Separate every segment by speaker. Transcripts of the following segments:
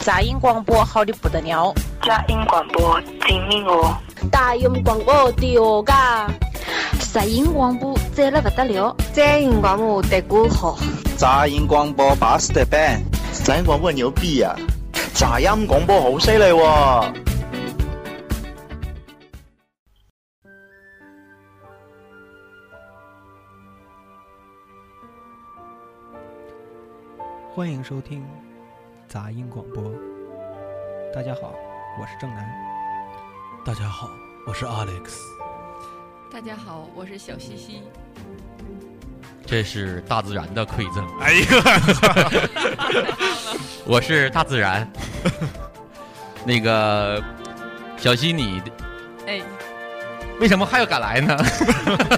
Speaker 1: 杂音广播好的不得了，
Speaker 2: 佳音广播精明哦，
Speaker 3: 大音广播的哦嘎，
Speaker 4: 杂音广播赞了不得了，
Speaker 5: 杂音广播的歌好，
Speaker 6: 杂音广播巴适的板，
Speaker 7: 杂音广播牛逼啊，杂音广播好犀利喎。
Speaker 8: 欢迎收听杂音广播。大家好，我是郑楠。
Speaker 9: 大家好，我是 Alex，
Speaker 10: 大家好，我是小西西。
Speaker 11: 这是大自然的馈赠。
Speaker 12: 哎呀，
Speaker 11: 我是大自然。那个小西你，
Speaker 10: 哎，
Speaker 11: 为什么还要赶来呢？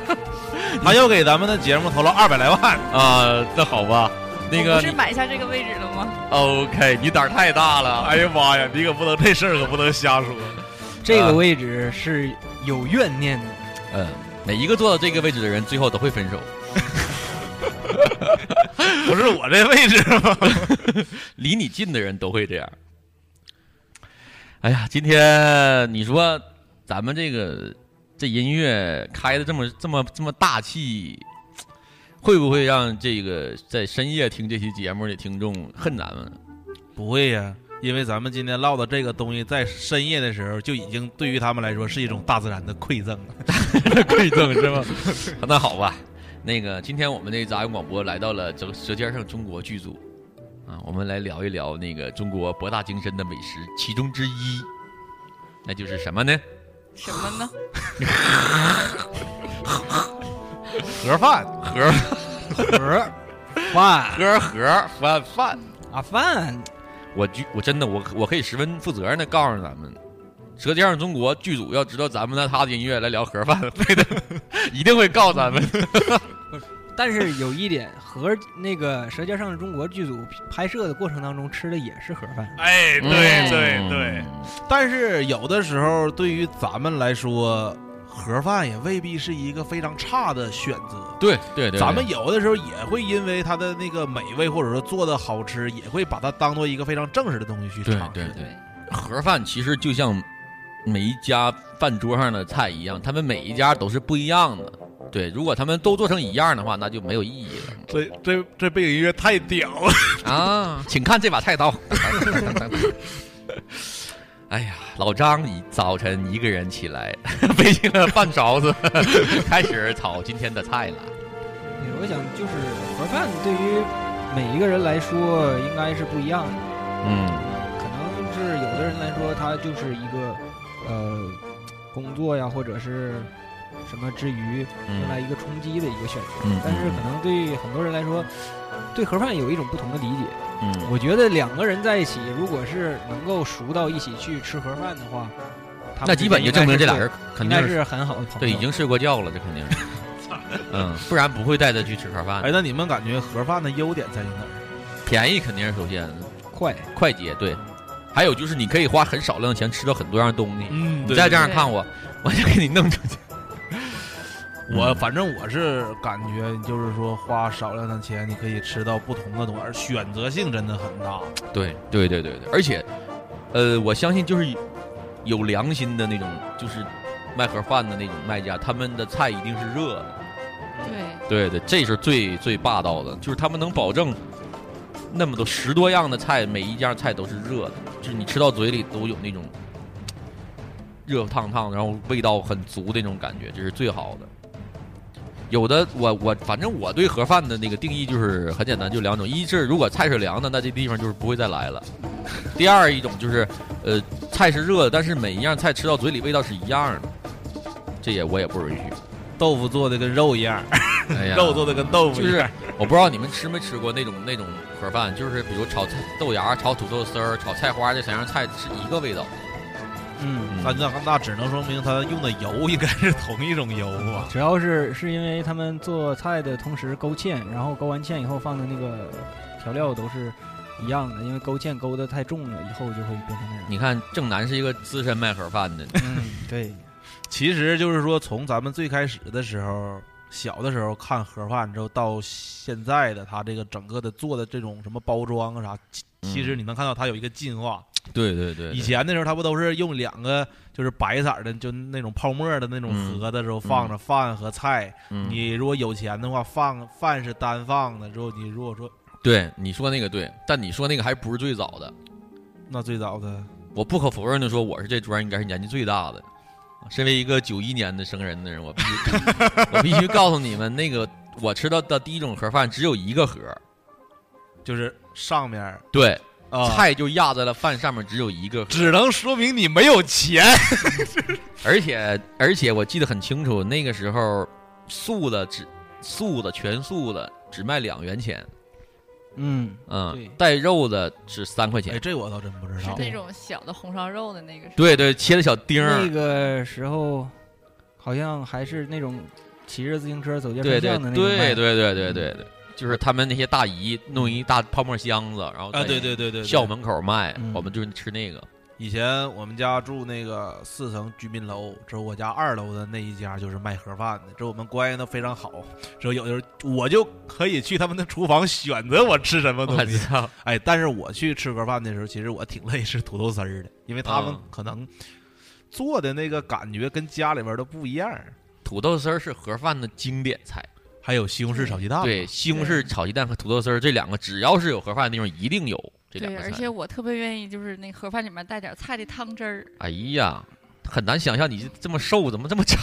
Speaker 12: 他又给咱们的节目投了二百来万，
Speaker 11: 啊，那好吧，那
Speaker 10: 我
Speaker 11: 个
Speaker 10: 不是
Speaker 11: 你
Speaker 10: 买下这个位置了吗？
Speaker 11: OK，你胆儿太大了。
Speaker 12: 哎呀妈呀，你可不能这事儿可不能瞎说。
Speaker 8: 这
Speaker 11: 啊
Speaker 8: 个位置是有怨念的，
Speaker 11: 嗯，每一个坐到这个位置的人，最后都会分手。
Speaker 12: 不是我这位置吗？
Speaker 11: 离你近的人都会这样。哎呀，今天你说咱们这个这音乐开的这么这么这么大气，会不会让这个在深夜听这期节目的听众啊恨咱们？
Speaker 12: 不会呀、因为咱们今天唠的这个东西，在深夜的时候就已经对于他们来说是一种大自然的馈赠了。
Speaker 11: 馈赠是吗？啊那好吧，那个今天我们的杂音广播来到了舌舌尖上中国剧组啊，我们来聊一聊那个中国博大精深的美食其中之一，那就是什么呢？
Speaker 10: 什么呢？
Speaker 12: 盒饭，
Speaker 11: 盒
Speaker 8: 盒饭
Speaker 11: 盒盒饭饭，
Speaker 8: 啊饭，
Speaker 11: 我剧我真的我我可以十分负责任的告诉咱们，舌尖上中国剧组要知道咱们拿他的音乐来聊盒饭， 非得一定会告咱们。
Speaker 8: 但是有一点，和那个《舌尖上的中国》剧组拍摄的过程当中吃的也是盒饭，
Speaker 12: 哎，
Speaker 10: 对
Speaker 11: 嗯，
Speaker 12: 但是有的时候对于咱们来说，盒饭也未必是一个非常差的选择。
Speaker 11: 对对对，
Speaker 12: 咱们有的时候也会因为它的那个美味，或者说做的好吃，也会把它当做一个非常正式的东西去
Speaker 11: 对
Speaker 12: 尝
Speaker 11: 对
Speaker 12: 试。
Speaker 11: 对，盒饭其实就像每一家饭桌上的菜一样，他们每一家都是不一样的。对，如果他们都做成一样的话，那就没有意义
Speaker 12: 这这这背景音乐太屌 了！
Speaker 11: 了啊！请看这把菜刀。 哎呀，老张一早晨一个人起来，背起了饭勺子，开始炒今天的菜了。
Speaker 8: 对我想就是盒饭对于每一个人来说应该是不一样的。
Speaker 11: 嗯
Speaker 8: 可能是有的人来说，他就是一个呃工作呀，或者是什么之余，用来
Speaker 11: 嗯
Speaker 8: 一个冲击的一个选择。
Speaker 11: 嗯，
Speaker 8: 但是可能对很多人来说，对盒饭有一种不同的理解。
Speaker 11: 嗯
Speaker 8: 我觉得两个人在一起，如果是能够熟到一起去吃盒饭的话，他们
Speaker 11: 那基本就
Speaker 8: 之间
Speaker 11: 证明
Speaker 8: 应该是
Speaker 11: 这俩人
Speaker 8: 应
Speaker 11: 肯定
Speaker 8: 该是很好的朋友。
Speaker 11: 对已经睡过觉了，这肯定 是。嗯，不然不会带他去吃盒饭。
Speaker 12: 哎，那你们感觉盒饭的优点在于哪儿？
Speaker 11: 便宜肯定是首先，
Speaker 8: 快，
Speaker 11: 快捷对，还有就是你可以花很少量的钱吃到很多样东西。
Speaker 12: 嗯
Speaker 11: 你再这样看我， 我就给你弄出去。
Speaker 12: 我反正我是感觉，就是说花少量的钱，你可以吃到不同的东西，而选择性真的很大。
Speaker 11: 对对对对对，而且，呃，我相信就是有良心的那种，就是卖盒饭的那种卖家，他们的菜一定是热的。
Speaker 10: 对，
Speaker 11: 对对，这是最最霸道的，就是他们能保证那么多十多样的菜，每一样菜都是热的，就是你吃到嘴里都有那种热烫烫，然后味道很足的那种感觉，这是最好的。有的我我反正我对盒饭的那个定义就是很简单，就两种：一是如果菜是凉的，那这地方就是不会再来了；第二一种就是，呃，菜是热的，但是每一样菜吃到嘴里味道是一样的，这也我也不允许。
Speaker 12: 豆腐做的跟肉一样，
Speaker 11: 哎呀，
Speaker 12: 肉做的跟豆腐
Speaker 11: 就
Speaker 12: 一
Speaker 11: 是
Speaker 12: 样。
Speaker 11: 我不知道你们吃没吃过那种那种盒饭，就是比如炒菜豆芽、炒土豆丝儿、炒菜花这三样菜是一个味道。
Speaker 8: 嗯，
Speaker 12: 那那那只能说明他用的油 应该是同一种油啊吧？
Speaker 8: 主要是是因为他们做菜的同时勾芡，然后勾完芡以后放的那个调料都是一样的，因为勾芡勾的太重了，以后就会变成那样。
Speaker 11: 你看郑楠是一个资深卖盒饭的，
Speaker 8: 嗯，对，
Speaker 12: 其实就是说，从咱们最开始的时候，小的时候看盒饭之后，到现在的它这个整个的做的这种什么包装啊啥，其其实你能看到它有一个进化。
Speaker 11: 对对嗯对，对
Speaker 12: 以前的时候，它不都是用两个就是白色儿的，就那种泡沫儿的那种
Speaker 11: 嗯
Speaker 12: 盒子，之后
Speaker 11: 嗯
Speaker 12: 放着饭和菜。
Speaker 11: 嗯
Speaker 12: 你如果有钱的话，放饭是单放的，之后你如果说
Speaker 11: 对你说那个对，但你说那个还不是最早的。
Speaker 12: 那最早的，
Speaker 11: 我不可否认的说，我是这桌上应该是年纪最大的。身为一个九一年的生人的人，我必须 我必须告诉你们，那个我吃到的第一种盒饭只有一个盒，
Speaker 12: 就是上面儿
Speaker 11: 对，
Speaker 12: 啊
Speaker 11: 菜就压在了饭上面，只有一个盒。
Speaker 12: 只能说明你没有钱。
Speaker 11: 而且而且我记得很清楚，那个时候素的只素的全素的只卖两元钱，
Speaker 8: 嗯
Speaker 11: 嗯
Speaker 12: 对，
Speaker 11: 带肉的是三块
Speaker 12: 哎，
Speaker 11: 钱。
Speaker 12: 这我倒真不知
Speaker 10: 是
Speaker 12: 道。
Speaker 10: 那种小的红烧肉的那个是吧
Speaker 11: 对对，切的小丁儿
Speaker 8: 那，个时候好像还是那种骑着自行车走街
Speaker 11: 对
Speaker 8: 串
Speaker 11: 对
Speaker 8: 巷的
Speaker 11: 对
Speaker 8: 那种
Speaker 11: 对
Speaker 8: 卖
Speaker 11: 对对对对对，就是他们那些大姨弄一大泡沫箱子，然后
Speaker 12: 啊，
Speaker 11: 在
Speaker 12: 对对对对，对
Speaker 11: 校门口卖，
Speaker 8: 嗯
Speaker 11: 我们就是吃那个。
Speaker 12: 以前我们家住那个四层居民楼，之后我家二楼的那一家就是卖盒饭的，之后我们关系都非常好。之后有的时候我就可以去他们的厨房选择我吃什么
Speaker 11: 我
Speaker 12: 东西。
Speaker 11: 操，
Speaker 12: 哎，但是我去吃盒饭的时候，其实我挺乐意吃土豆丝儿的，因为他们
Speaker 11: 嗯
Speaker 12: 可能做的那个感觉跟家里边儿都不一样儿。
Speaker 11: 土豆丝儿是盒饭的经典菜，
Speaker 12: 还有西红柿炒鸡蛋，
Speaker 11: 对，，西红柿炒鸡蛋和土豆丝儿这两个，只要是有盒饭的地方一定有这两
Speaker 10: 对，
Speaker 11: 个菜。
Speaker 10: 而且我特别愿意就是那盒饭里面带点菜的汤汁儿，
Speaker 11: 哎呀，很难想象你这么瘦怎么这么差。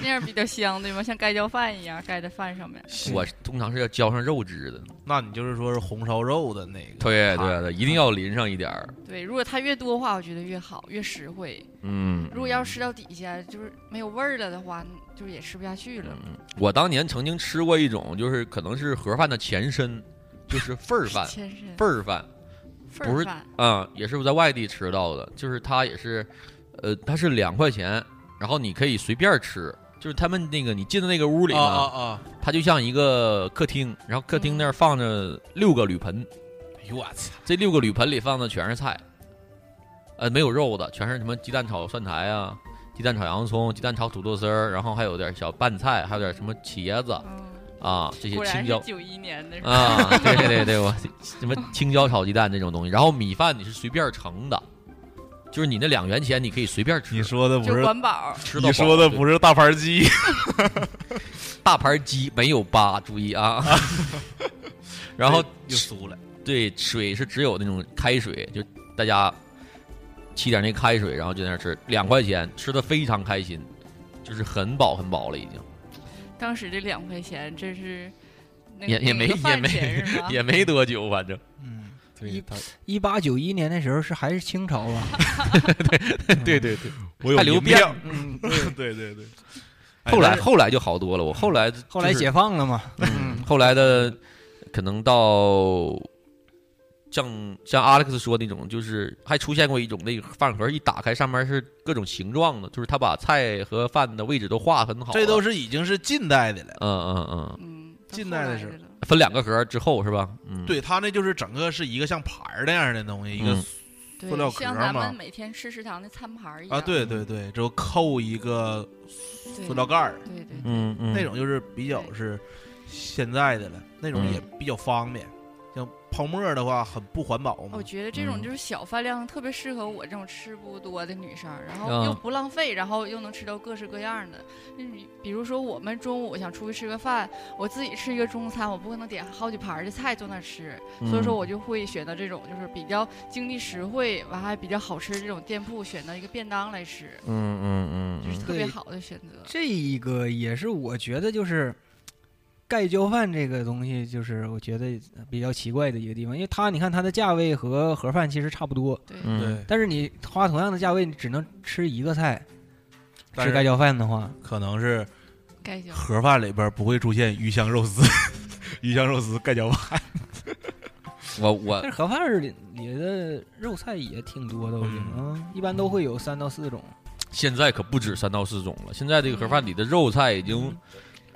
Speaker 10: 那样比较香，对吗？像盖浇饭一样盖在饭上面。
Speaker 11: 我通常是要浇上肉汁的，啊
Speaker 12: 那你就是说是红烧肉的那个，
Speaker 11: 对对对，一定要淋上一点儿。
Speaker 10: 对，如果它越多的话，我觉得越好，越实惠。
Speaker 11: 嗯，
Speaker 10: 如果要吃到底下就是没有味儿了的话，就是也吃不下去了。，
Speaker 11: 我当年曾经吃过一种，就是可能是盒饭的前身，就是份儿饭
Speaker 10: 千身
Speaker 11: 份儿饭。
Speaker 10: 份
Speaker 11: 不
Speaker 10: 儿
Speaker 11: 是
Speaker 10: 饭，
Speaker 11: 啊、也是我在外地吃到的，就是它也是，呃，它是两块钱，然后你可以随便吃，就是他们那个你进的那个屋里
Speaker 12: 啊
Speaker 11: 嘛，
Speaker 12: 啊啊！
Speaker 11: 它就像一个客厅，然后客厅那儿放着六个铝盆，
Speaker 12: 哎呦我操！
Speaker 11: 这六个铝盆里放的全是菜，呃，没有肉的，全是什么鸡蛋炒蒜苔啊，鸡蛋炒洋葱，鸡蛋炒土豆丝儿，然后还有点小拌菜，还有点什么茄子
Speaker 10: 嗯，
Speaker 11: 啊，这些
Speaker 10: 果然
Speaker 11: 青
Speaker 10: 是
Speaker 11: 椒。
Speaker 10: 九一年的是吧，
Speaker 11: 啊，对对对对，我什么青椒炒鸡蛋这种东西，然后米饭你是随便盛的，就是你那两元钱你可以随便吃，
Speaker 12: 你说的不
Speaker 10: 就是管饱。
Speaker 11: 吃到
Speaker 12: 你说的不
Speaker 11: 是
Speaker 12: 是大盘鸡，
Speaker 11: 大盘鸡没有疤，注意 啊。 然后
Speaker 12: 又酥 了。
Speaker 11: 对水是只有那种开水，就大家沏点那开水，然后就在那吃，两块钱吃的非常开心，就是很饱很饱了已经，
Speaker 10: 当时这两块钱真是那个
Speaker 11: 也也没
Speaker 10: 那个
Speaker 11: 也
Speaker 10: 饭
Speaker 11: 没
Speaker 10: 钱是吗
Speaker 11: 也没多久，反正
Speaker 8: 嗯，
Speaker 9: 对
Speaker 8: 一
Speaker 9: 他
Speaker 8: 一八九一年那时候是还是清朝啊吧？
Speaker 11: 对对对，
Speaker 12: 我有
Speaker 11: 还留
Speaker 12: 银票，
Speaker 8: 嗯，
Speaker 12: 对对对。哎
Speaker 11: 后来
Speaker 12: 但是
Speaker 11: 后来就好多了，我后来
Speaker 8: 后来
Speaker 11: 就是
Speaker 8: 解放了嘛。
Speaker 11: 嗯，后来的可能到像像 Alex 说那种，就是还出现过一种那个饭盒一打开上面是各种形状的，就是他把菜和饭的位置都画得很好啊了。
Speaker 12: 这都是已经是近代的了。
Speaker 11: 嗯嗯嗯，
Speaker 10: 嗯，到
Speaker 12: 近
Speaker 10: 后
Speaker 12: 代的
Speaker 10: 来
Speaker 12: 时候
Speaker 10: 了
Speaker 11: 分两个盒之后是吧？嗯，，
Speaker 12: 对，它那就是整个是一个像盘儿那样的东西，一个
Speaker 11: 嗯
Speaker 10: 对
Speaker 12: 塑料
Speaker 10: 像
Speaker 12: 壳
Speaker 10: 咱
Speaker 12: 嘛
Speaker 10: 们每天吃食堂的餐盘儿一样
Speaker 12: 啊，对对对，之后扣一个塑
Speaker 10: 对
Speaker 12: 料盖儿，
Speaker 10: 对对
Speaker 11: 嗯嗯，
Speaker 12: 那种就是比较是现在的了，那种
Speaker 11: 嗯
Speaker 12: 也比较方便。像泡沫的话，很不环保嘛
Speaker 10: 我。觉得这种
Speaker 11: 嗯
Speaker 10: 哦就是小饭量特别适合我这种吃不多的女生，
Speaker 11: 嗯
Speaker 10: 然后又不浪费，然后又能吃到各式各样的。嗯，比如说我们中午想出去吃个饭，我自己吃一个中餐，我不可能点好几盘儿的菜坐那儿吃，所以
Speaker 11: 嗯
Speaker 10: 说我就会选择这种就是比较经济实惠，完还比较好吃的这种店铺，选择一个便当来吃，
Speaker 11: 嗯嗯嗯
Speaker 10: 这是
Speaker 11: 嗯
Speaker 10: 特别
Speaker 8: 对
Speaker 10: 好的选择。
Speaker 8: 这一个也是我觉得就是盖浇饭这个东西，就是我觉得比较奇怪的一个地方，因为它你看它的价位和盒饭其实差不多，
Speaker 10: 对，
Speaker 11: 嗯，嗯，
Speaker 12: 对，
Speaker 8: 但是你花同样的价位，你只能吃一个菜。
Speaker 12: 但
Speaker 8: 吃盖
Speaker 12: 是
Speaker 8: 浇饭的话，
Speaker 12: 可能是
Speaker 10: 盖浇
Speaker 12: 盒饭里边不会出现鱼香肉丝， 鱼香肉丝盖浇饭。
Speaker 11: 我我
Speaker 8: 但是盒饭儿里里的肉菜也挺多的，我觉得，嗯，一般都会有三到四种。
Speaker 11: 现在可不止三到四种了，现在这个盒饭里的肉菜已经。
Speaker 10: 嗯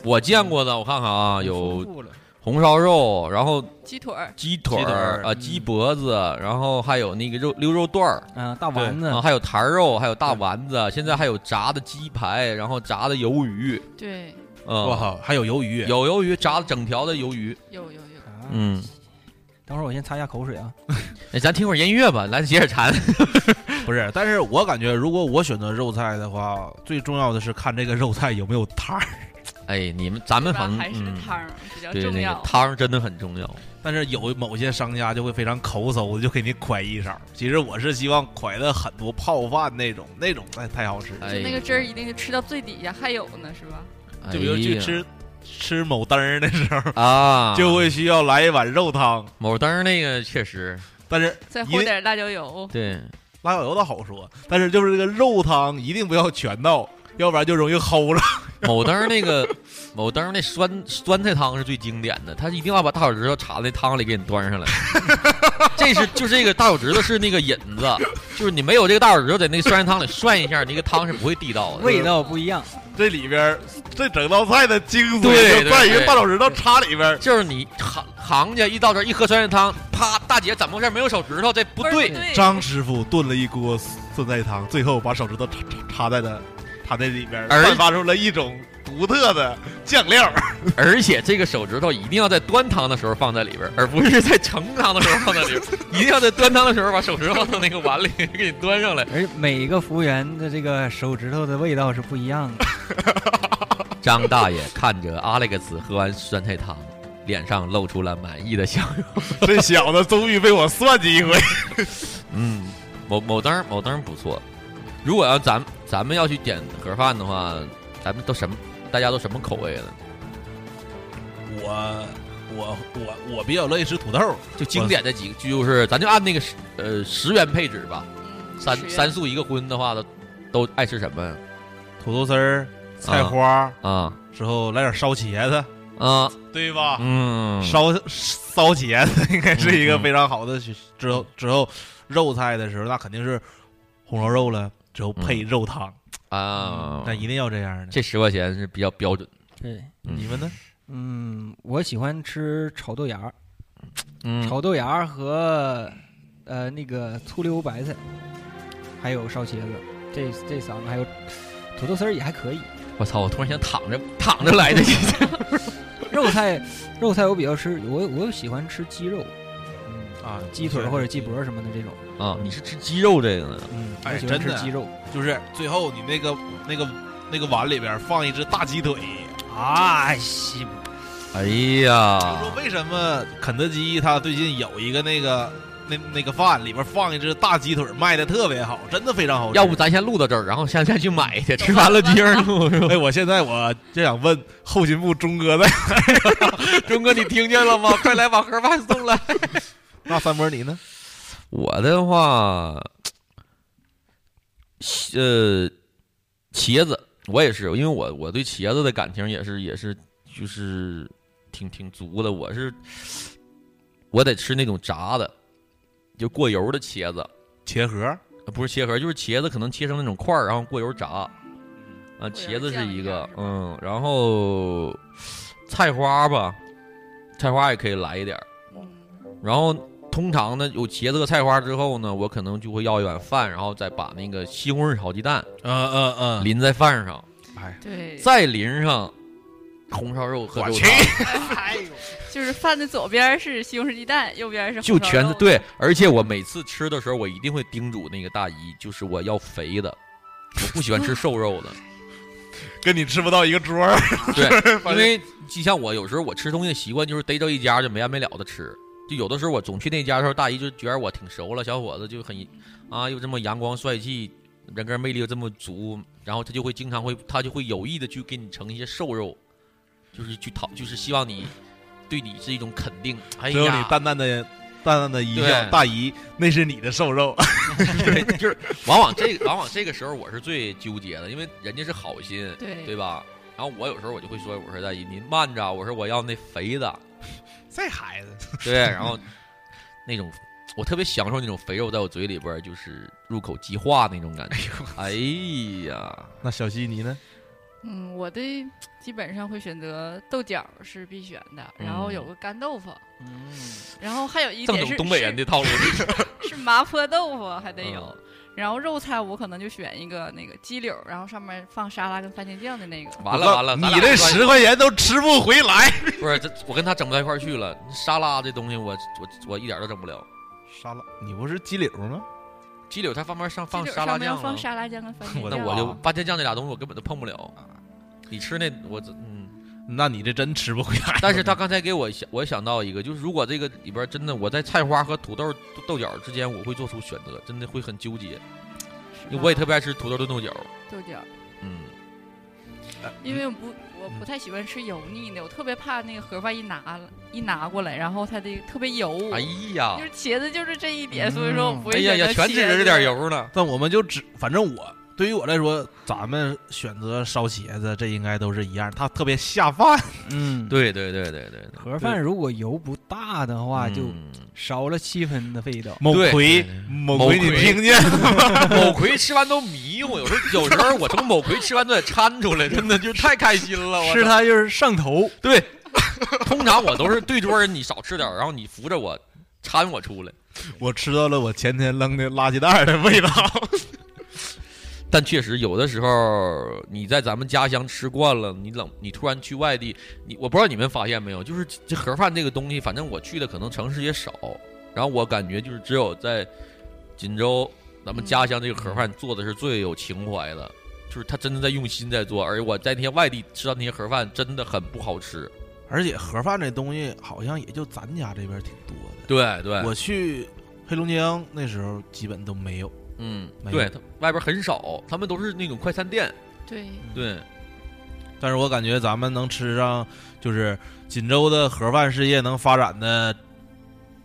Speaker 11: 我见过的，我看看啊，有
Speaker 8: 丰富了
Speaker 11: 红烧肉，然后
Speaker 10: 鸡腿儿，
Speaker 11: 鸡腿
Speaker 12: 鸡腿
Speaker 11: 儿
Speaker 12: 儿
Speaker 11: 啊，
Speaker 8: 嗯
Speaker 11: 鸡脖子，然后还有那个肉溜肉段儿，
Speaker 8: 啊，大丸
Speaker 10: 嗯
Speaker 8: 子
Speaker 11: 然后还有坛儿肉，还有大丸子，现在还有炸的鸡排，然后炸的鱿鱼，
Speaker 10: 对，
Speaker 11: 嗯，
Speaker 12: 我靠，还有鱿鱼，
Speaker 11: 有鱿鱼炸整条的鱿鱼，
Speaker 10: 有有有，
Speaker 11: 嗯，
Speaker 8: 啊等会儿我先擦一下口水啊。
Speaker 11: 哎咱听会儿音乐吧，来解解馋。
Speaker 12: 不是，但是我感觉如果我选择肉菜的话，最重要的是看这个肉菜有没有汤儿。
Speaker 11: 哎，你们咱们反正
Speaker 10: 还是
Speaker 11: 嗯
Speaker 10: 汤儿比较
Speaker 11: 对
Speaker 10: 重
Speaker 11: 那
Speaker 10: 要
Speaker 11: 个。汤真的很重要。
Speaker 12: 但是有某些商家就会非常抠搜，就给你㧟一勺。其实我是希望㧟的很多泡饭那种，那种哎太好吃了。
Speaker 10: 就那个汁儿一定是吃到最底下还有呢，是吧？
Speaker 12: 就比如
Speaker 11: 哎
Speaker 12: 去
Speaker 11: 呀
Speaker 12: 吃吃某灯儿的时候
Speaker 11: 啊
Speaker 12: 就会需要来一碗肉汤。
Speaker 11: 某灯儿那个确实，
Speaker 12: 但是
Speaker 10: 再
Speaker 12: 一
Speaker 10: 和
Speaker 12: 定
Speaker 10: 点辣椒油。
Speaker 11: 对，
Speaker 12: 辣椒油倒好说，但是就是这个肉汤一定不要全倒，要不然就容易齁了。
Speaker 11: 某灯儿那个 某灯儿那酸酸菜汤是最经典的，他一定要把大手指头插在汤里给你端上来。 这是就这个大手指头是那个引子，就是你没有这个大手指头在那个酸菜汤里涮一下，那个汤是不会地道的。
Speaker 8: 味道不一样，
Speaker 12: 这里边儿这整道菜的精髓
Speaker 11: 对
Speaker 12: 就在于
Speaker 11: 对
Speaker 12: 大手指头插里边儿。
Speaker 11: 就是你行行家一到这儿一喝酸菜汤，啪，大姐怎么回事？没有手指头，这不对。
Speaker 12: 张师傅炖了一锅酸菜汤，最后把手指头插插插在了他那里边，
Speaker 11: 而
Speaker 12: 散发出了一种独特的酱料。
Speaker 11: 而且这个手指头一定要在端汤的时候放在里边儿，而不是在盛汤的时候放在里边儿。一定要在端汤的时候把手指头放到那个碗里 给你端上来。
Speaker 8: 而每个服务员的这个手指头的味道是不一样的。
Speaker 11: 张大爷看着阿莱克斯喝完酸菜汤，脸上露出了满意的笑容。
Speaker 12: 这小子终于被我算计一回。
Speaker 11: 嗯，某某灯儿某灯儿不错。如果要咱咱们要去点盒饭的话，咱们都什么？大家都什么口味了？
Speaker 12: 我我我我比较乐意吃土豆，
Speaker 11: 就经典的几个，就是咱就按那个十呃十元配置吧，三
Speaker 10: 十元
Speaker 11: 三素一个荤的话，都都爱吃什么呀？
Speaker 12: 土豆丝儿、菜花，
Speaker 11: 啊，
Speaker 12: 之后来点烧茄子，
Speaker 11: 啊，
Speaker 12: 对吧？嗯
Speaker 11: 嗯，
Speaker 12: 烧烧茄子应该是一个非常好的选。之后之后肉菜的时候，那肯定是红烧肉了，之后配肉汤，
Speaker 11: 啊，
Speaker 12: 那一定要嗯这样的。
Speaker 11: 这十块钱是比较标准。
Speaker 8: 对，
Speaker 11: 嗯
Speaker 12: 你们呢？
Speaker 8: 嗯，我喜欢吃炒豆芽儿，
Speaker 11: 嗯，
Speaker 8: 炒豆芽儿和呃那个醋溜白菜，还有烧茄子，这这三个还有土豆丝儿也还可以。
Speaker 11: 我操！我突然想躺着 躺着来的，
Speaker 8: 肉菜，肉菜我比较吃，我我喜欢吃鸡肉，嗯
Speaker 12: 啊，
Speaker 8: 鸡腿儿或者鸡脖儿什么的这种。
Speaker 11: 啊，你是吃鸡肉这个呢？
Speaker 8: 嗯，
Speaker 12: 哎
Speaker 8: 我喜欢
Speaker 12: 真
Speaker 8: 吃
Speaker 12: 的
Speaker 8: 鸡肉。
Speaker 12: 就是最后你那个那个那个碗里边放一只大鸡腿，啊，西！
Speaker 11: 哎
Speaker 12: 就说
Speaker 11: 呀，
Speaker 12: 为什么肯德基它最近有一个那个那那个饭里边放一只大鸡腿，卖的特别好，真的非常好吃。
Speaker 11: 要不咱先录到这儿，然后下下去买去，吃完了接着 录是吧？
Speaker 12: 哎，我现在我就想问后勤部钟 哥在，
Speaker 11: 钟哥，你听见了 吗？快来把盒饭送来！
Speaker 12: 那三波你呢？
Speaker 11: 我的话，呃，茄子，我也是，因为我我对茄子的感情也是也是就是挺挺足的。我是我得吃那种炸的，就过油的茄子，
Speaker 12: 茄盒，
Speaker 11: 呃不是切盒，就是茄子可能切成那种块儿，然后过油炸。啊，
Speaker 10: 嗯过油
Speaker 11: 茄子是
Speaker 10: 酱
Speaker 11: 一
Speaker 10: 一
Speaker 11: 个
Speaker 10: 下是吧，
Speaker 11: 嗯，然后菜花吧，菜花也可以来一点儿。
Speaker 10: 嗯
Speaker 11: 然后通常呢，有茄子和菜花之后呢，我可能就会要一碗饭，然后再把那个西红柿炒鸡蛋
Speaker 12: 嗯嗯嗯，
Speaker 11: 淋在饭上，
Speaker 10: 对，
Speaker 11: 再淋上红烧肉和
Speaker 12: 我
Speaker 11: 肉
Speaker 12: 去
Speaker 11: 汤，
Speaker 10: 就是饭的左边是西红柿鸡蛋，右边是红
Speaker 11: 就
Speaker 10: 烧
Speaker 11: 全
Speaker 10: 肉
Speaker 11: 是对。而且我每次吃的时候，我一定会叮嘱那个大姨，就是我要肥的，我不喜欢吃瘦肉的。
Speaker 12: 跟你吃不到一个桌儿。
Speaker 11: 对，因为就像我有时候我吃东西的习惯就是逮着一家就没完没了的吃，就有的时候我总去那家的时候，大姨就觉得我挺熟了，小伙子就很啊又这么阳光帅气，人格魅力又这么足，然后他就会经常会他就会有意的去给你盛一些瘦肉，就是去讨就是希望你对你是一种肯定。哎
Speaker 12: 只有你
Speaker 11: 呀，
Speaker 12: 淡淡的、淡淡的一笑，
Speaker 11: 对
Speaker 12: 大姨，那是你的瘦 肉。
Speaker 11: 对， 就是往往这个往往这个时候我是最纠结的，因为人家是好心，
Speaker 10: 对
Speaker 11: 对吧？然后我有时候我就会说，我说大姨您慢着啊，我说我要那肥的。
Speaker 12: 这孩子，
Speaker 11: 对，然后那种我特别享受那种肥肉在我嘴里边儿就是入口即化那种感觉。哎呀，
Speaker 12: 那小西你呢？
Speaker 10: 嗯，我的基本上会选择豆角是必选的，
Speaker 11: 嗯
Speaker 10: 然后有个干豆腐，
Speaker 8: 嗯，
Speaker 10: 然后还有一
Speaker 11: 正
Speaker 10: 点
Speaker 11: 宗
Speaker 10: 是
Speaker 11: 东北人的套路。嗯
Speaker 10: 是是麻婆豆腐还得有，然后肉菜我可能就选一个那个鸡柳，然后上面放沙拉跟番茄酱的那个。
Speaker 11: 完了完了，咱俩
Speaker 12: 你这
Speaker 11: 关系
Speaker 12: 十块钱都吃不回来。
Speaker 11: 不是，这我跟他整不到一块儿去了。沙拉这东西我，我我一点儿都整不了。
Speaker 12: 沙拉，你不是鸡柳吗？
Speaker 11: 鸡柳它旁边上放
Speaker 10: 鸡柳
Speaker 11: 沙拉
Speaker 10: 上面要
Speaker 11: 酱
Speaker 10: 放
Speaker 11: 了，
Speaker 10: 沙拉酱 跟番茄
Speaker 11: 那
Speaker 10: 酱。啊
Speaker 11: 我就番茄酱这俩东西我根本都碰不了。你吃那我这嗯，
Speaker 12: 那你这真吃不回来。
Speaker 11: 但是他刚才给我想，我想到一个，就是如果这个里边真的我在菜花和土豆豆角之间，我会做出选择，真的会很纠结。因为我也特别爱吃土豆炖豆角，
Speaker 10: 豆角，
Speaker 11: 嗯，
Speaker 10: 因为我不我不太喜欢吃油腻的，我特别怕那个盒饭一拿了一拿过来，然后它的特别油。
Speaker 11: 哎呀
Speaker 10: 就是茄子就是这一点，所以说我不会
Speaker 11: 哎呀
Speaker 10: 选择
Speaker 11: 呀，全
Speaker 10: 茄
Speaker 11: 指着
Speaker 10: 子
Speaker 11: 这点油呢。
Speaker 12: 但我们就只，反正我对于我来说，咱们选择烧茄子，这应该都是一样。它特别下饭，
Speaker 8: 嗯，
Speaker 11: 对对对对对对，嗯
Speaker 8: 盒饭如果油不大的话，
Speaker 12: 嗯
Speaker 8: 就少了七分的味道。
Speaker 12: 某
Speaker 11: 对对
Speaker 12: 葵
Speaker 11: 对，
Speaker 12: 某葵，你听见了吗？
Speaker 11: 某葵吃完都迷糊，有时候有时候我从某葵吃完都得掺出来，真的就太开心了。我操
Speaker 8: 吃它就是上头，
Speaker 11: 对，通常我都是对桌人你少吃点儿，然后你扶着我搀我出来。
Speaker 12: 我吃到了我前天扔的垃圾袋的味道。
Speaker 11: 但确实有的时候你在咱们家乡吃惯了，你冷你突然去外地，你我不知道你们发现没有，就是这盒饭这个东西，反正我去的可能城市也少，然后我感觉就是只有在锦州咱们家乡这个盒饭做的是最有情怀的。就是他真的在用心在做，而我在那些外地吃到那些盒饭真的很不好吃。
Speaker 12: 而且盒饭这东西好像也就咱家这边挺多的。
Speaker 11: 对对，
Speaker 12: 我去黑龙江那时候基本都没有。
Speaker 11: 嗯，
Speaker 12: 没有
Speaker 11: 对，他外边很少，他们都是那种快餐店。
Speaker 10: 对，
Speaker 11: 对，
Speaker 12: 但是我感觉咱们能吃上，就是锦州的盒饭事业能发展的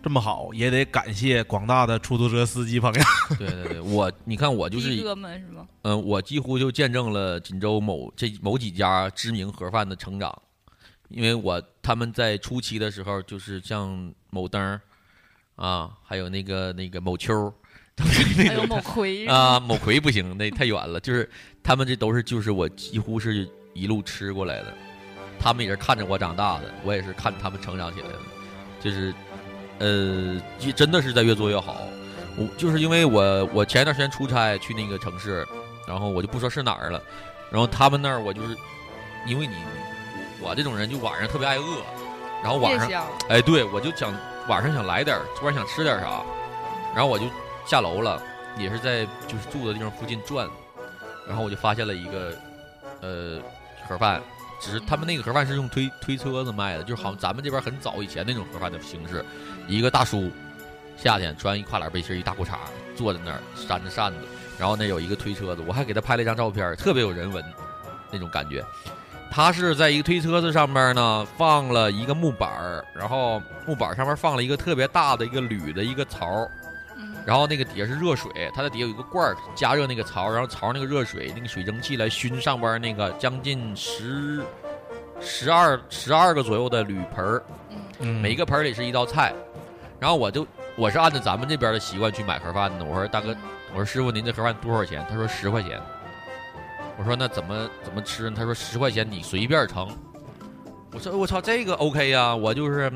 Speaker 12: 这么好，也得感谢广大的出租车司机朋友。
Speaker 11: 对对对，我你看我就是
Speaker 10: 逼
Speaker 11: 一，
Speaker 10: 哥们是吗？
Speaker 11: 嗯，我几乎就见证了锦州某这某几家知名盒饭的成长，因为我他们在初期的时候，就是像某灯儿啊，还有那个那个某秋儿，都是那
Speaker 10: 还有
Speaker 11: 种
Speaker 10: 某葵是吗
Speaker 11: 啊，某葵不行，那太远了。就是他们这都是，就是我几乎是一路吃过来的，他们也是看着我长大的，我也是看他们成长起来的，就是呃，也真的是在越做越好。我就是因为我我前一段时间出差去那个城市，然后我就不说是哪儿了，然后他们那儿我就是因为你我这种人就晚上特别爱饿，然后晚
Speaker 10: 夜
Speaker 11: 上
Speaker 10: 宵。
Speaker 11: 哎，对，我就想晚上想来点儿，突然想吃点儿啥，然后我就下楼了，也是在就是住的地方附近转，然后我就发现了一个呃盒饭，只是他们那个盒饭是用推推车子卖的，就是好像咱们这边很早以前那种盒饭的形式，一个大叔夏天穿一跨栏背心儿一大裤衩儿坐在那儿扇着扇子，然后那有一个推车子，我还给他拍了一张照片儿，特别有人文那种感觉。他是在一个推车子上面呢放了一个木板儿，然后木板儿上面放了一个特别大的一个铝的一个槽儿，
Speaker 10: 嗯
Speaker 11: 然后那个底下是热水，它的底下有一个罐儿加热那个槽儿，然后槽儿那个热水那个水蒸气来熏上边儿那个将近十十二十二个左右的铝盆儿，
Speaker 10: 嗯
Speaker 12: 嗯
Speaker 11: 每一个盆儿里是一道菜，然后我就我是按照咱们这边的习惯去买盒饭的，我说大哥，
Speaker 10: 嗯
Speaker 11: 我说师傅您这盒饭多少钱？他说十块钱。我说那怎么怎么吃呢？他说十块钱你随便盛。我说我操这个 OK 呀、我就是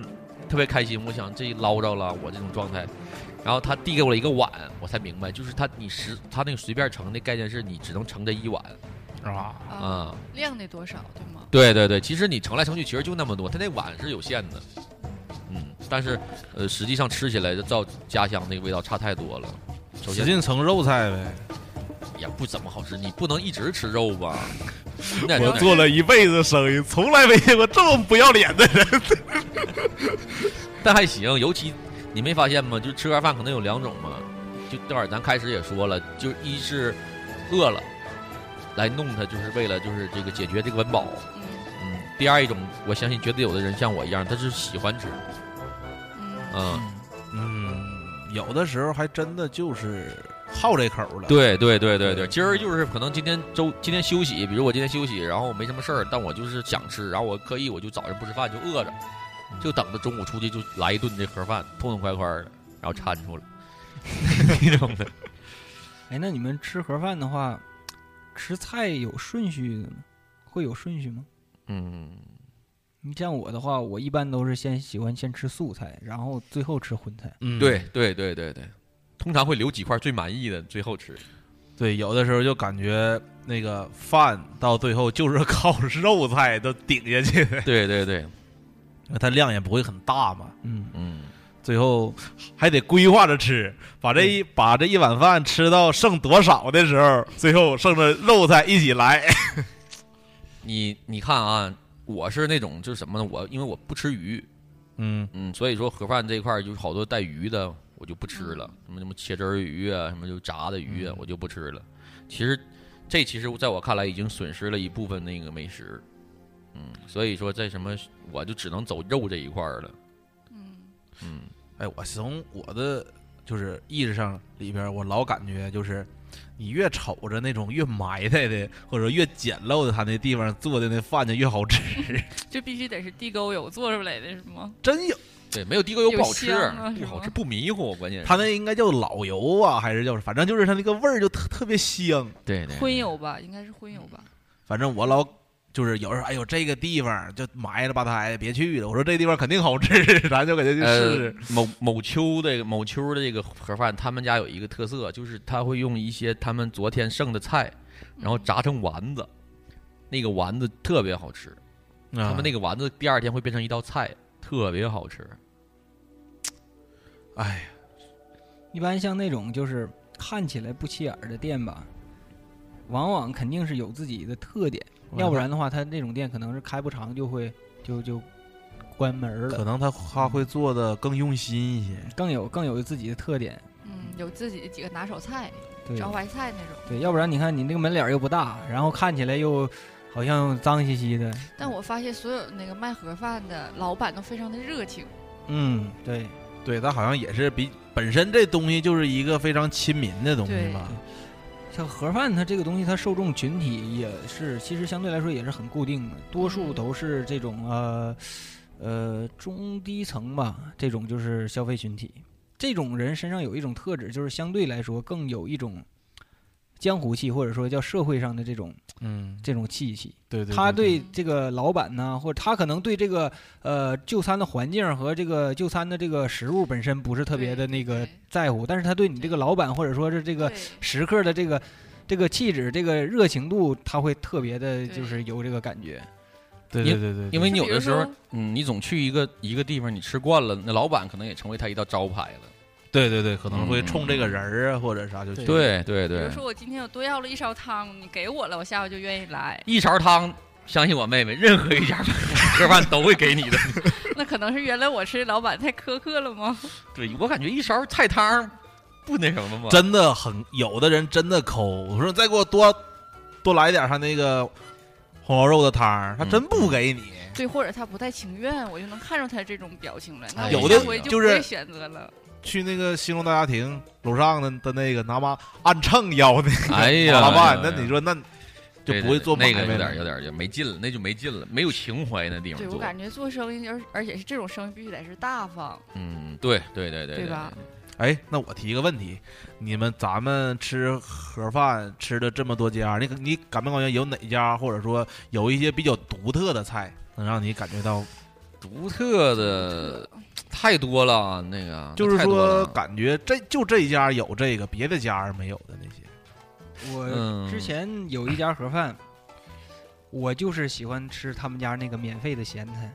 Speaker 11: 特别开心，我想这捞着了我这种状态。然后他递给我了一个碗，我才明白，就是他你十他那个随便盛的概念是你只能盛这一碗
Speaker 12: 啊，
Speaker 11: 啊、
Speaker 10: 啊，量得多少对吗？
Speaker 11: 对对对，其实你盛来盛去其实就那么多，它那碗是有限的，嗯，但是呃，实际上吃起来就照家乡那个味道差太多了。首先
Speaker 12: 使劲盛肉菜呗。
Speaker 11: 也不怎么好吃，你不能一直吃肉 吧？你得
Speaker 12: 我做了一辈子生意，从来没见过这么不要脸的人。
Speaker 11: 但还行，尤其你没发现吗？就吃完饭可能有两种嘛，就这玩意儿咱开始也说了，就一是饿了来弄它，就是为了就是这个解决这个温饱，
Speaker 10: 嗯
Speaker 11: 嗯。第二一种，我相信绝对有的人像我一样，他是喜欢吃，
Speaker 10: 嗯，
Speaker 11: 嗯，
Speaker 12: 嗯，有的时候还真的就是好这口了。，
Speaker 11: 对对对对嗯对，今儿就是可能今天周今天休息，比如我今天休息，然后我没什么事儿，但我就是想吃，然后我刻意我就早上不吃饭就饿着，就等着中午出去就来一顿这盒饭，痛痛快快的，然后掺出来，那种的。
Speaker 8: 哎，那你们吃盒饭的话，吃菜有顺序的吗？会有顺序吗？
Speaker 11: 嗯，
Speaker 8: 你像我的话，我一般都是先喜欢先吃素菜，然后最后吃荤菜。
Speaker 12: 嗯，
Speaker 11: 对对对对对，通常会留几块最满意的，最后吃。
Speaker 12: 对，有的时候就感觉那个饭到最后就是靠肉菜都顶下去 的。
Speaker 11: 对对对，
Speaker 12: 那它量也不会很大嘛。
Speaker 8: 嗯
Speaker 11: 嗯，
Speaker 12: 最后还得规划着吃，把这一、把这一碗饭吃到剩多少的时候，最后剩着肉菜一起来。
Speaker 11: 你你看啊，我是那种就是什么呢？我因为我不吃鱼，
Speaker 12: 嗯
Speaker 11: 嗯，所以说盒饭这一块儿就是好多带鱼的，我就不吃
Speaker 10: 嗯
Speaker 11: 了，什么什么切汁儿鱼啊，什么就炸的鱼啊，我就不吃了。其实这其实在我看来已经损失了一部分那个美食，嗯，所以说在什么我就只能走肉这一块儿了，嗯
Speaker 12: 哎，我从我的就是意识上里边儿，我老感觉就是，你越瞅着那种越埋汰的，或者越简陋的，他那地方做的那饭就越好吃。
Speaker 10: 就必须得是地沟油做出来的，是吗？
Speaker 12: 真有，
Speaker 11: 对，没有地沟油不好吃
Speaker 10: 有香啊，是
Speaker 11: 不
Speaker 10: 吗
Speaker 11: 好吃不迷糊，关键是
Speaker 12: 他那应该叫老油啊，还是叫反正就是他那个味儿就特特别香。
Speaker 11: 对对
Speaker 10: 荤油吧，应该是荤油吧。
Speaker 12: 反正我老就是有时候，哎呦，这个地方就埋了吧台，别去了。我说这地方肯定好吃， 咱就给他去试
Speaker 11: 呃
Speaker 12: 试。，
Speaker 11: 某某秋的某秋的这个盒饭，他们家有一个特色，就是他会用一些他们昨天剩的菜，然
Speaker 10: 嗯
Speaker 11: 后炸成丸子，那个丸子特别好吃。他们那个
Speaker 12: 个，
Speaker 11: 丸子第二天会变成一道菜，特别好吃。
Speaker 12: 哎呀，
Speaker 8: 一般像那种就是看起来不起眼儿的店吧，往往肯定是有自己的特点，
Speaker 12: 我
Speaker 8: 要不然的话，他那种店可能是开不长就会就就关门儿
Speaker 12: 可
Speaker 8: 了，
Speaker 12: 能他他会做的更用心一些。
Speaker 8: 更有更有自己的特点。
Speaker 10: 嗯，有自己几个拿手菜，
Speaker 8: 对
Speaker 10: 招牌菜那种。
Speaker 8: 对，要不然你看你这个门脸儿又不大，然后看起来又好像脏兮兮的。
Speaker 10: 但我发现所有那个卖盒饭的老板都非常的热情，
Speaker 8: 嗯，对，
Speaker 12: 对，它好像也是比本身这东西就是一个非常亲民的东西吧。
Speaker 8: 像盒饭它这个东西，它受众群体也是其实相对来说也是很固定的，多
Speaker 10: 嗯
Speaker 8: 数都是这种呃呃中低层吧，这种就是消费群体。这种人身上有一种特质，就是相对来说更有一种江湖气，或者说叫社会上的这种
Speaker 12: 嗯，
Speaker 8: 这种气息。
Speaker 12: 对对，
Speaker 8: 他对这个老板呢，或者他可能对这个呃就餐的环境和这个就餐的这个食物本身不是特别的那个
Speaker 10: 对
Speaker 8: 在乎，但是他对你这个老板或者说是这个
Speaker 10: 对
Speaker 8: 食客的这个这个气质、这个热情度，他会特别的，
Speaker 10: 对
Speaker 8: 就是有这个感觉。
Speaker 12: 对
Speaker 11: 对
Speaker 12: 对对对，
Speaker 11: 因为你有
Speaker 10: 就比
Speaker 11: 的
Speaker 10: 如
Speaker 11: 时候
Speaker 10: 说，
Speaker 11: 嗯，你总去一个一个地方，你吃惯了，那老板可能也成为他一道招牌了。
Speaker 12: 对对对，可能会冲这个人儿啊或者啥就去。
Speaker 11: 对对
Speaker 10: 比
Speaker 11: 对
Speaker 10: 如，说我今天有多要了一勺汤，你给我了，我下回就愿意来。
Speaker 11: 一勺汤，相信我妹妹，任何一家盒饭都会给你的。
Speaker 10: 那可能是原来我是老板太苛刻了吗？
Speaker 11: 对我感觉一勺菜汤不那什么吗？
Speaker 12: 真的很有的人真的抠，我说再给我多多来点儿他那个红烧肉的汤儿，
Speaker 11: 嗯
Speaker 12: 他真不给你。
Speaker 10: 对，或者他不太情愿，我就能看出他这种表情来。那
Speaker 11: 哎
Speaker 10: 我
Speaker 12: 有的
Speaker 10: 下回
Speaker 12: 就
Speaker 10: 不
Speaker 12: 是
Speaker 10: 会选择了。
Speaker 12: 去那个兴隆大家庭楼上的的那个拿妈按秤要那 个
Speaker 11: 哎呀
Speaker 12: 麻辣拌，
Speaker 11: 哎
Speaker 12: 那
Speaker 11: 呀
Speaker 12: 你说那就
Speaker 11: 对
Speaker 12: 不
Speaker 11: 对对
Speaker 12: 会做买
Speaker 11: 那个有
Speaker 12: 卖
Speaker 11: 点
Speaker 12: 了
Speaker 11: 有点就没劲了，那就没劲了，没有情怀那地方
Speaker 10: 对我
Speaker 11: 做。
Speaker 10: 感觉做生意，而而且是这种生意必须得是大方，
Speaker 11: 嗯，对对对对
Speaker 10: 对吧？？
Speaker 12: 哎，那我提一个问题，你们咱们吃盒饭吃的这么多家，你你感没感觉有哪家或者说有一些比较独特的菜能让你感觉
Speaker 11: 啊
Speaker 12: 到，
Speaker 11: 独特的太多了，啊那个
Speaker 12: 就是
Speaker 11: 太多
Speaker 12: 说
Speaker 11: 了啊
Speaker 12: 感觉这就这一家有这个，别的家没有的那些？
Speaker 8: 我
Speaker 11: 嗯
Speaker 8: 之前有一家盒饭，我就是喜欢吃他们家那个免费的咸 菜，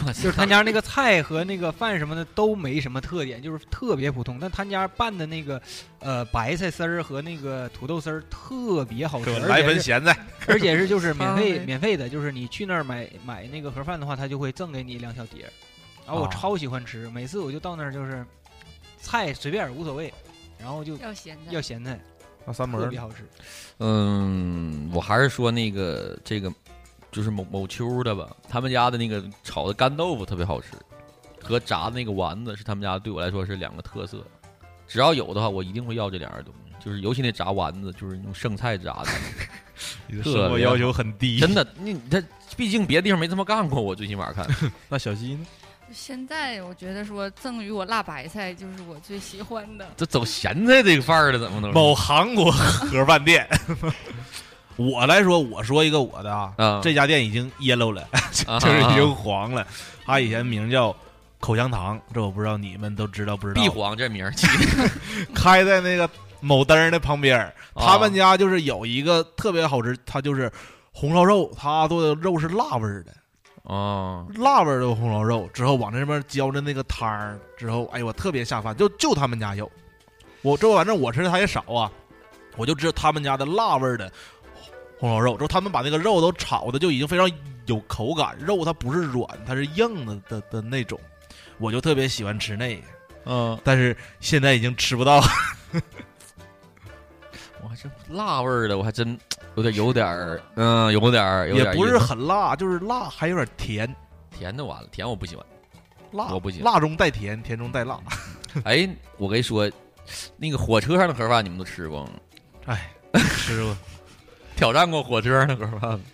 Speaker 11: 我
Speaker 8: 就是
Speaker 11: 操
Speaker 8: 他家那个菜和那个饭什么的都没什么特点，就是特别普通。但他家拌的那个呃白菜丝儿和那个土豆丝儿特别好吃，而且
Speaker 12: 来一
Speaker 8: 是
Speaker 12: 盆咸菜，
Speaker 8: 而且是就是免费
Speaker 10: 汤
Speaker 8: 免费的，就是你去那儿买买那个盒饭的话，他就会赠给你两小碟儿。然后我
Speaker 12: 啊
Speaker 8: 超喜欢吃，每次我就到那儿就是菜随便儿无所谓，然后就
Speaker 10: 要咸的。
Speaker 8: 要咸菜，
Speaker 12: 那三
Speaker 8: 特
Speaker 12: 门
Speaker 8: 别好吃。
Speaker 11: 嗯，我还是说那个这个就是某某秋的吧，他们家的那个炒的干豆腐特别好吃，和炸的那个丸子是他们家对我来说是两个特色。只要有的话，我一定会要这两样东西，就是尤其那炸丸子，就是用剩菜炸的，
Speaker 12: 你的
Speaker 11: 特
Speaker 12: 生活
Speaker 11: 别
Speaker 12: 要
Speaker 11: 好
Speaker 12: 求很低。
Speaker 11: 真，的，你他毕竟别的地方没这么干过，我最起码看。
Speaker 12: 那小西呢？
Speaker 10: 现在我觉得说赠予我辣白菜就是我最喜欢的。
Speaker 11: 这走咸菜这个范儿了，怎么能
Speaker 12: 某韩国盒饭店， 我来说，我说一个我的啊，
Speaker 11: 啊？
Speaker 12: 这家店已经 yellow 了，
Speaker 11: 啊
Speaker 12: 就是已经黄了。它以前名叫口香糖，这我不知道你们都知道不知道？
Speaker 11: 碧黄这名儿起
Speaker 12: 开在那个某灯儿的旁边儿，
Speaker 11: 啊
Speaker 12: 他们家就是有一个特别好吃，它就是红烧肉，它做的肉是辣味儿的。
Speaker 11: 哦，
Speaker 12: 辣味儿的红烧肉，之后往这边浇着那个汤儿，之后，哎呦，我特别下饭，就就他们家有。我这反正我吃的他也少啊，我就知道他们家的辣味儿的红烧肉，之后他们把那个肉都炒的就已经非常有口感，肉它不是软，它是硬的的的那种，我就特别喜欢吃那个。
Speaker 11: 嗯，
Speaker 12: 但是现在已经吃不到。
Speaker 11: 我还真辣味儿的，我还真有点有点儿，嗯，有点儿，有
Speaker 12: 也
Speaker 11: 点儿
Speaker 12: 不
Speaker 11: 意
Speaker 12: 是
Speaker 11: 思
Speaker 12: 很辣，就是辣还有点甜，
Speaker 11: 甜的，完了，甜我不喜欢，
Speaker 12: 辣
Speaker 11: 我不喜欢。
Speaker 12: 辣中带甜，甜中带辣。
Speaker 11: 哎，我跟你说，那个火车上的盒饭你们都吃过吗？
Speaker 12: 哎，吃过，
Speaker 11: 挑战过火车上的盒饭吗？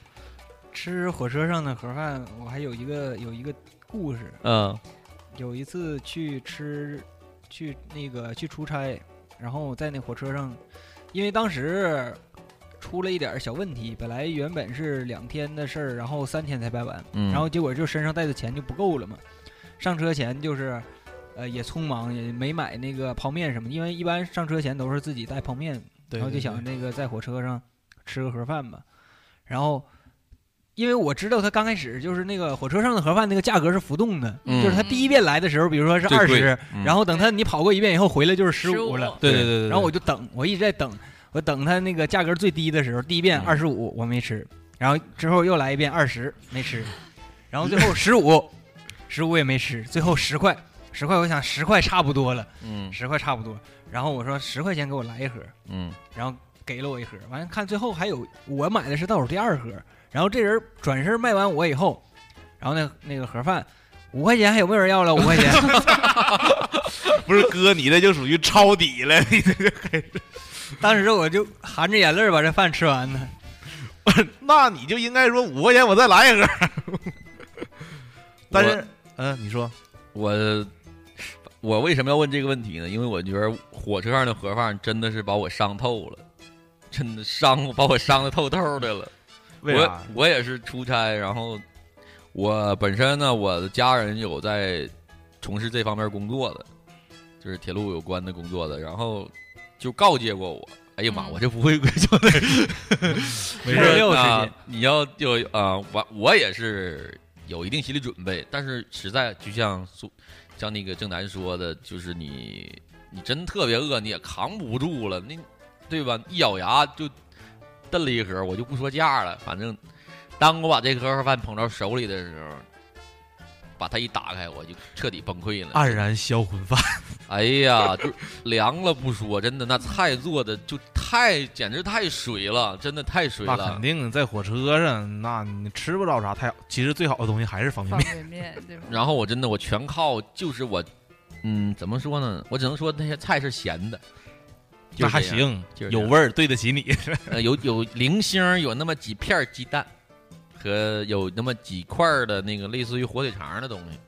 Speaker 8: 吃火车上的盒饭，我还有一个有一个故事。
Speaker 11: 嗯，
Speaker 8: 有一次去吃，去那个去出差，然后在那火车上，因为当时出了一点小问题，本来原本是两天的事儿，然后三天才办完，
Speaker 11: 嗯
Speaker 8: 然后结果就身上带的钱就不够了嘛。上车前就是，呃，也匆忙，也没买那个泡面什么，因为一般上车前都是自己带泡面，
Speaker 9: 对
Speaker 8: 然后就
Speaker 9: 对
Speaker 8: 想那个在火车上吃个盒饭吧，然后。因为我知道他刚开始就是那个火车上的盒饭那个价格是浮动的，
Speaker 11: 嗯
Speaker 8: 就是他第一遍来的时候，比如说是
Speaker 11: 最
Speaker 8: 二
Speaker 11: 贵
Speaker 8: 十、
Speaker 11: 嗯
Speaker 8: 然后等他你跑过一遍以后回来就是十
Speaker 11: 15
Speaker 8: 五了，
Speaker 11: 对对对对
Speaker 8: 然后我就等，我一直在等，我等他那个价格最低的时候，第
Speaker 11: 嗯
Speaker 8: 一遍二十五我没吃，然后之后又来一遍二十没 吃，然后最后十五，十五也没吃，最后十块，十块我想十块差不多了，
Speaker 11: 嗯
Speaker 8: 十块差不多，然后我说十块钱给我来一盒，
Speaker 11: 嗯，
Speaker 8: 然后给了我一盒，完了看最后还有我买的是倒数第二盒，然后这人转身卖完我以后，然后那那个盒饭五块钱还有没有人要了？五 块钱，
Speaker 12: 不是哥，你这就属于抄底了，你这就开始。
Speaker 8: 当时我就含着眼泪把这饭吃完了。
Speaker 12: 那你就应该说五块钱我再来一个。但是，嗯，你说
Speaker 11: 我我为什么要问这个问题呢？因为我觉得火车上的盒饭真的是把我伤透了，真的伤把我伤的透透的了。
Speaker 12: 为啥
Speaker 11: 我我也是出差，然后我本身呢，我的家人有在从事这方面工作的，就是铁路有关的工作的，然后就告诫过我。哎呀妈，我这不会规 矩的。
Speaker 8: 没事六十
Speaker 11: 啊
Speaker 8: 斤，
Speaker 11: 你要就啊，我我也是有一定心理准备，但是实在就像苏像那个正南说的，就是你你真特别饿，你也扛不住了，那对吧？一咬牙就蹬了一盒，我就不说价了，反正当我把这盒饭捧到手里的时候。把它一打开，我就彻底崩溃了。
Speaker 12: 黯然销魂饭，
Speaker 11: 哎呀，就凉了不说，真的那菜做的就太，简直太水了，真的太水
Speaker 12: 那
Speaker 11: 了
Speaker 12: 肯。定在火车上，那你吃不着啥太好。其实最好的东西还是方便
Speaker 10: 方
Speaker 12: 面。
Speaker 10: 便面对 吧？
Speaker 11: 然后我真的我全靠就是我，嗯，怎么说呢？我只能说那些菜是咸的，就是这
Speaker 12: 那还
Speaker 11: 样
Speaker 12: 行，
Speaker 11: 就是这
Speaker 12: 有
Speaker 11: 样
Speaker 12: 味儿，对得起你。
Speaker 11: 呃有有零星儿有那么几片儿鸡蛋，和有那么几块儿的那个类似于火腿肠的东西，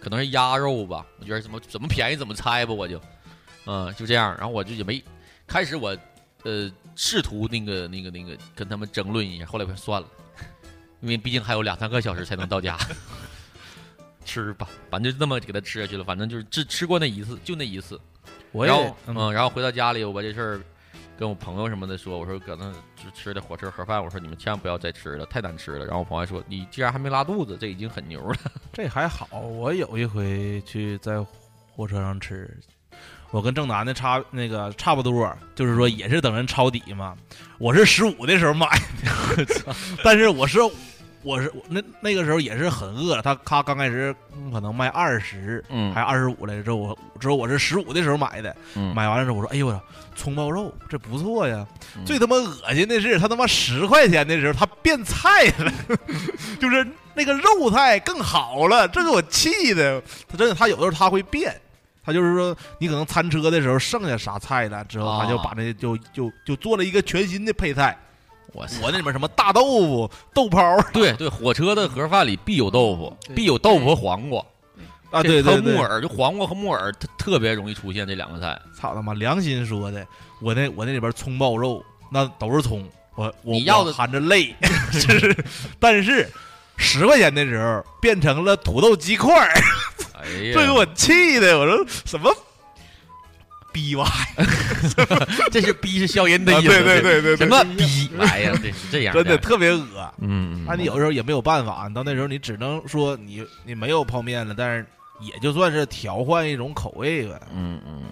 Speaker 11: 可能是鸭肉吧。我觉得怎么怎么便宜怎么猜吧，我就，嗯、就这样。然后我就也没开始我呃试图那个那个那个跟他们争论一下，后来我说算了，因为毕竟还有两三个小时才能到家。 吃吧，反正就这么给他吃下去了。反正就是只吃过那一次，就那一次。
Speaker 12: 我也
Speaker 11: 然后
Speaker 12: 嗯
Speaker 11: 嗯，然后回到家里，我把这事儿跟我朋友什么的说，我说搁那就吃的火车盒饭，我说你们千万不要再吃了，太难吃了。然后我朋友还说，你既然还没拉肚子，这已经很牛了。
Speaker 12: 这还好，我有一回去在火车上吃，我跟正南的差那个差不多，就是说也是等人抄底嘛。我是十五的时候买的，但是我是我是那那个时候也是很饿，他他刚开始嗯可能卖二十，
Speaker 11: 嗯
Speaker 12: 还二十五来着。之后我之后我是十五的时候买的，
Speaker 11: 嗯
Speaker 12: 买完了之后我说，哎呦我操，葱爆肉这不错呀。
Speaker 11: 嗯
Speaker 12: 最他妈恶心的是，他他妈十块钱的时候他变菜了。 就是那个肉菜更好了，这给我气的。他真的，他有的时候他会变，他就是说你可能餐车的时候剩下啥菜了，之后
Speaker 11: 啊
Speaker 12: 他就把那就就就做了一个全新的配菜。
Speaker 11: 我
Speaker 12: 我那里面什么大豆腐、豆泡
Speaker 11: 对对，火车的盒饭里必有豆腐，必有豆腐和黄瓜
Speaker 12: 啊，
Speaker 11: 这
Speaker 12: 对
Speaker 11: 和
Speaker 12: 对
Speaker 11: 木
Speaker 12: 对，
Speaker 11: 耳，就黄瓜和木耳，特特别容易出现这两个菜。
Speaker 12: 操他妈，良心说的，我那我那里边葱爆肉那都是葱，我我
Speaker 11: 你要的
Speaker 12: 我含着泪， 就是但是十块钱的时候变成了土豆鸡块儿。
Speaker 11: 哎哎呀
Speaker 12: 这给我气的，我说什么逼玩意儿，
Speaker 11: 这是逼是消音的意思
Speaker 12: 啊对对对对，对
Speaker 11: 什么逼玩意儿这是这样
Speaker 12: 真
Speaker 11: 这
Speaker 12: 的
Speaker 11: 样
Speaker 12: 特别恶。
Speaker 11: 嗯嗯
Speaker 12: 那你有时候也没有办法，你到那时候你只能说你你没有泡面了，但是也就算是调换一种口味呗。
Speaker 11: 嗯嗯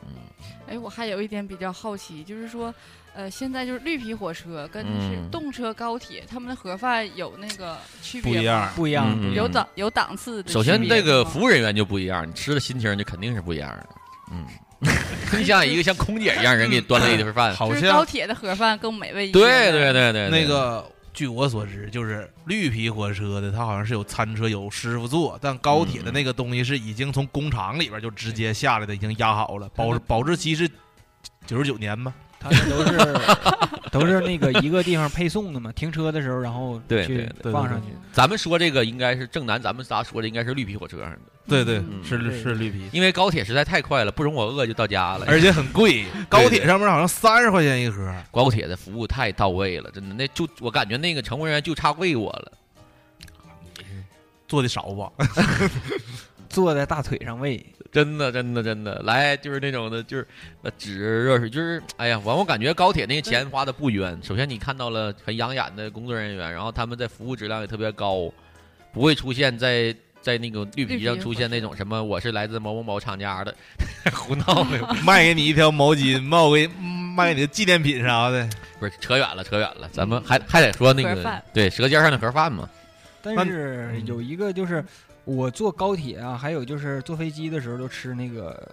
Speaker 10: 哎，我还有一点比较好奇，就是说，呃，现在就是绿皮火车跟是
Speaker 11: 嗯
Speaker 10: 动车、高铁，他们的盒饭有那个区
Speaker 11: 不
Speaker 10: 别
Speaker 11: 一样
Speaker 10: 吗
Speaker 8: 不一样
Speaker 11: 嗯
Speaker 10: 有
Speaker 11: 嗯
Speaker 10: 档有档次的区别吗。
Speaker 11: 首先，这个服务人员就不一样，你吃的心情就肯定是不一样的。 嗯，你像一个像空姐一样人给你端了一份 饭，
Speaker 10: 就是高铁的盒饭更美味一些。
Speaker 11: 对对对对，对
Speaker 12: 那个据我所知，就是绿皮火车的，它好像是有餐车有师傅做，但高铁的
Speaker 8: 嗯
Speaker 12: 那个东西是已经从工厂里边就直接下来的，已经压好了，保保质期是九十九年吧。
Speaker 8: 他们都是 都是那个一个地方配送的嘛，停车的时候然后
Speaker 11: 对对
Speaker 8: 去
Speaker 11: 对对
Speaker 8: 放上去。
Speaker 11: 咱们说这个应该是正南，咱们仨说的应该是绿皮火车上的。
Speaker 12: 对对
Speaker 11: 嗯
Speaker 12: 是是绿皮，
Speaker 11: 因为高铁实在太快了，不容我饿就到家了，
Speaker 12: 而且很贵
Speaker 11: 对，
Speaker 12: 高铁上面好像三十块钱一盒。
Speaker 11: 高铁的服务太到位了，真的，那就我感觉那个乘务人员就差喂我了。
Speaker 12: 做的少吧？
Speaker 8: 坐在大腿上喂，
Speaker 11: 真的，真的，真的，来就是那种的，就是呃纸热水，就是哎呀，完我感觉高铁那个钱花的不冤。首先你看到了很养眼的工作人员，然后他们在服务质量也特别高，不会出现在在那个绿皮上出现那种什么我是来自某某某厂家的 胡闹的，
Speaker 12: 卖给你一条毛巾，卖给嗯卖给你个纪念品啥的。
Speaker 11: 不是扯远了，扯远了，咱们还还得说那
Speaker 8: 盒
Speaker 11: 个
Speaker 8: 饭
Speaker 11: 对舌尖上的盒饭嘛，
Speaker 8: 但是有
Speaker 11: 嗯
Speaker 8: 一个就是我坐高铁啊，还有就是坐飞机的时候都吃那个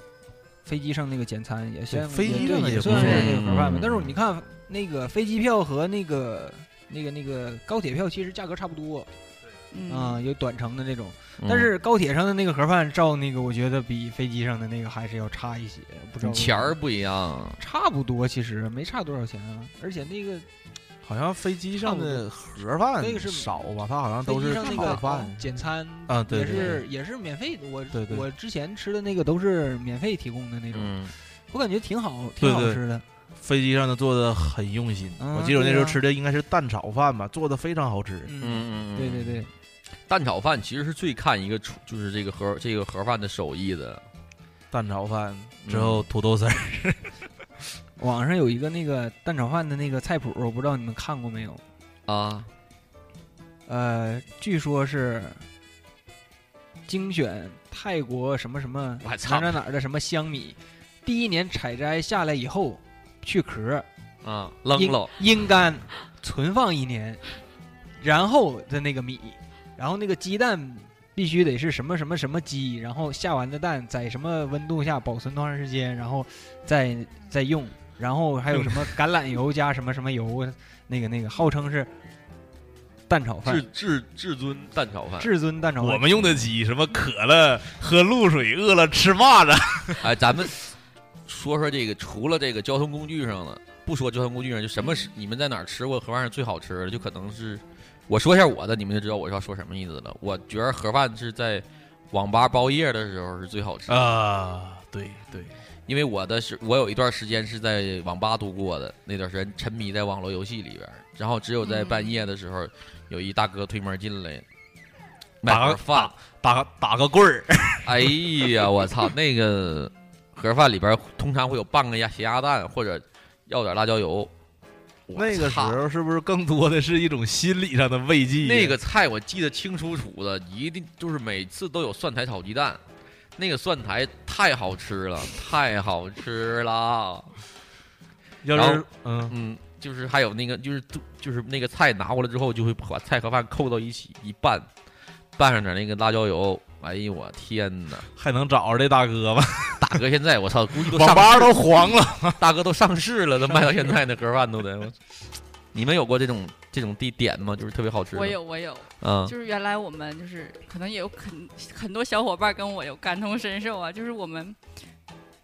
Speaker 8: 飞机上那个简餐，也算
Speaker 12: 飞机
Speaker 8: 也
Speaker 12: 上
Speaker 8: 对，
Speaker 12: 的也
Speaker 8: 也
Speaker 12: 不
Speaker 8: 算是
Speaker 12: 错
Speaker 8: 那个盒饭嘛
Speaker 12: 嗯。
Speaker 8: 但是你看那个飞机票和那个那个那个高铁票其实价格差不多。
Speaker 11: 嗯
Speaker 10: 嗯
Speaker 8: 啊，有短程的这种，但是高铁上的那个盒饭，照那个我觉得比飞机上的那个还是要差一些，不知道为
Speaker 11: 钱
Speaker 8: 什
Speaker 11: 儿
Speaker 8: 么
Speaker 11: 不一样。
Speaker 8: 差不多，其实没差多少钱啊。而且那个
Speaker 12: 好像飞机上的盒
Speaker 8: 啊差不多
Speaker 12: 饭
Speaker 8: 那个是
Speaker 12: 少吧？它好像都
Speaker 8: 飞
Speaker 12: 是
Speaker 8: 机上那
Speaker 12: 炒
Speaker 8: 个哦
Speaker 12: 饭
Speaker 8: 简餐
Speaker 12: 啊，对，
Speaker 8: 也
Speaker 12: 对对
Speaker 8: 是也是免费的。我
Speaker 12: 对对
Speaker 8: 我之前吃的那个都是免费提供的
Speaker 11: 嗯
Speaker 8: 那种，我感觉挺好，挺
Speaker 12: 对
Speaker 8: 好
Speaker 12: 对
Speaker 8: 吃的。
Speaker 12: 飞机上的做的很用心，
Speaker 8: 嗯
Speaker 12: 我记得我那时候
Speaker 8: 对啊
Speaker 12: 吃的应该是蛋炒饭吧，做的非常好吃。
Speaker 11: 嗯嗯，
Speaker 8: 对对对，
Speaker 11: 蛋炒饭其实是最看一个厨，就是这个盒这个盒饭的手艺的。
Speaker 12: 蛋炒饭之后土豆丝儿，
Speaker 8: 网上有一个那个蛋炒饭的那个菜谱，我不知道你们看过没有？
Speaker 11: 啊，
Speaker 8: 呃，据说是精选泰国什么什么
Speaker 11: 我
Speaker 8: 哪
Speaker 11: 操
Speaker 8: 儿哪儿哪儿的什么香米，第一年采摘下来以后去壳，
Speaker 11: 啊，扔
Speaker 8: 阴
Speaker 11: 了，
Speaker 8: 阴干，存放一年，然后的那个米，然后那个鸡蛋必须得是什么什么什么鸡，然后下完的蛋在什么温度下保存多长时间，然后再再用，然后还有什么橄榄油加什么什么油，那个那个号称是蛋炒饭
Speaker 11: 至。至至尊蛋炒饭，
Speaker 8: 至尊蛋炒饭，
Speaker 12: 我们用的鸡什么渴了喝露水，饿了吃蚂蚱。
Speaker 11: 哎，咱们说说这个，除了这个交通工具上了，不说交通工具上，就什么
Speaker 12: 嗯
Speaker 11: 是你们在哪儿吃过盒饭是最好吃的？就可能是我说一下我的，你们就知道我要说什么意思了。我觉得盒饭是在网吧包夜的时候是最好吃的
Speaker 12: 啊，对对，
Speaker 11: 因为我的是我有一段时间是在网吧度过的，那段时间沉迷在网络游戏里边儿，然后只有在半夜的时候，有一大哥推门进来，买
Speaker 12: 打
Speaker 11: 盒
Speaker 12: 个
Speaker 11: 饭，
Speaker 12: 打个打个棍儿，
Speaker 11: 哎呀，我操，那个盒饭里边儿通常会有半个鸭咸鸭蛋，或者要点辣椒油。我
Speaker 12: 那个时
Speaker 11: 操
Speaker 12: 候是不是更多的是一种心理上的慰藉？
Speaker 11: 那个菜我记得清楚楚的，一定就是每次都有蒜苔炒鸡蛋，那个蒜苔太好吃了，太好吃了。
Speaker 12: 要
Speaker 11: 然
Speaker 12: 是
Speaker 11: 后
Speaker 12: 嗯
Speaker 11: 嗯，就是还有那个就是就是那个菜拿过来之后，就会把菜和饭扣到一起一拌，拌上点那个辣椒油。哎呦我天哪！
Speaker 12: 还能找着这大哥吗？
Speaker 11: 大哥现在我操，估计都
Speaker 12: 网
Speaker 11: 上
Speaker 12: 吧
Speaker 11: 市
Speaker 12: 都黄了，
Speaker 11: 大哥都上市了，都卖到现在那盒饭都得。我你们有过这种这种地点吗？就是特别好吃的。
Speaker 10: 我有，我有，
Speaker 11: 嗯
Speaker 10: 就是原来我们就是可能也有很很多小伙伴跟我有感同身受啊，就是我们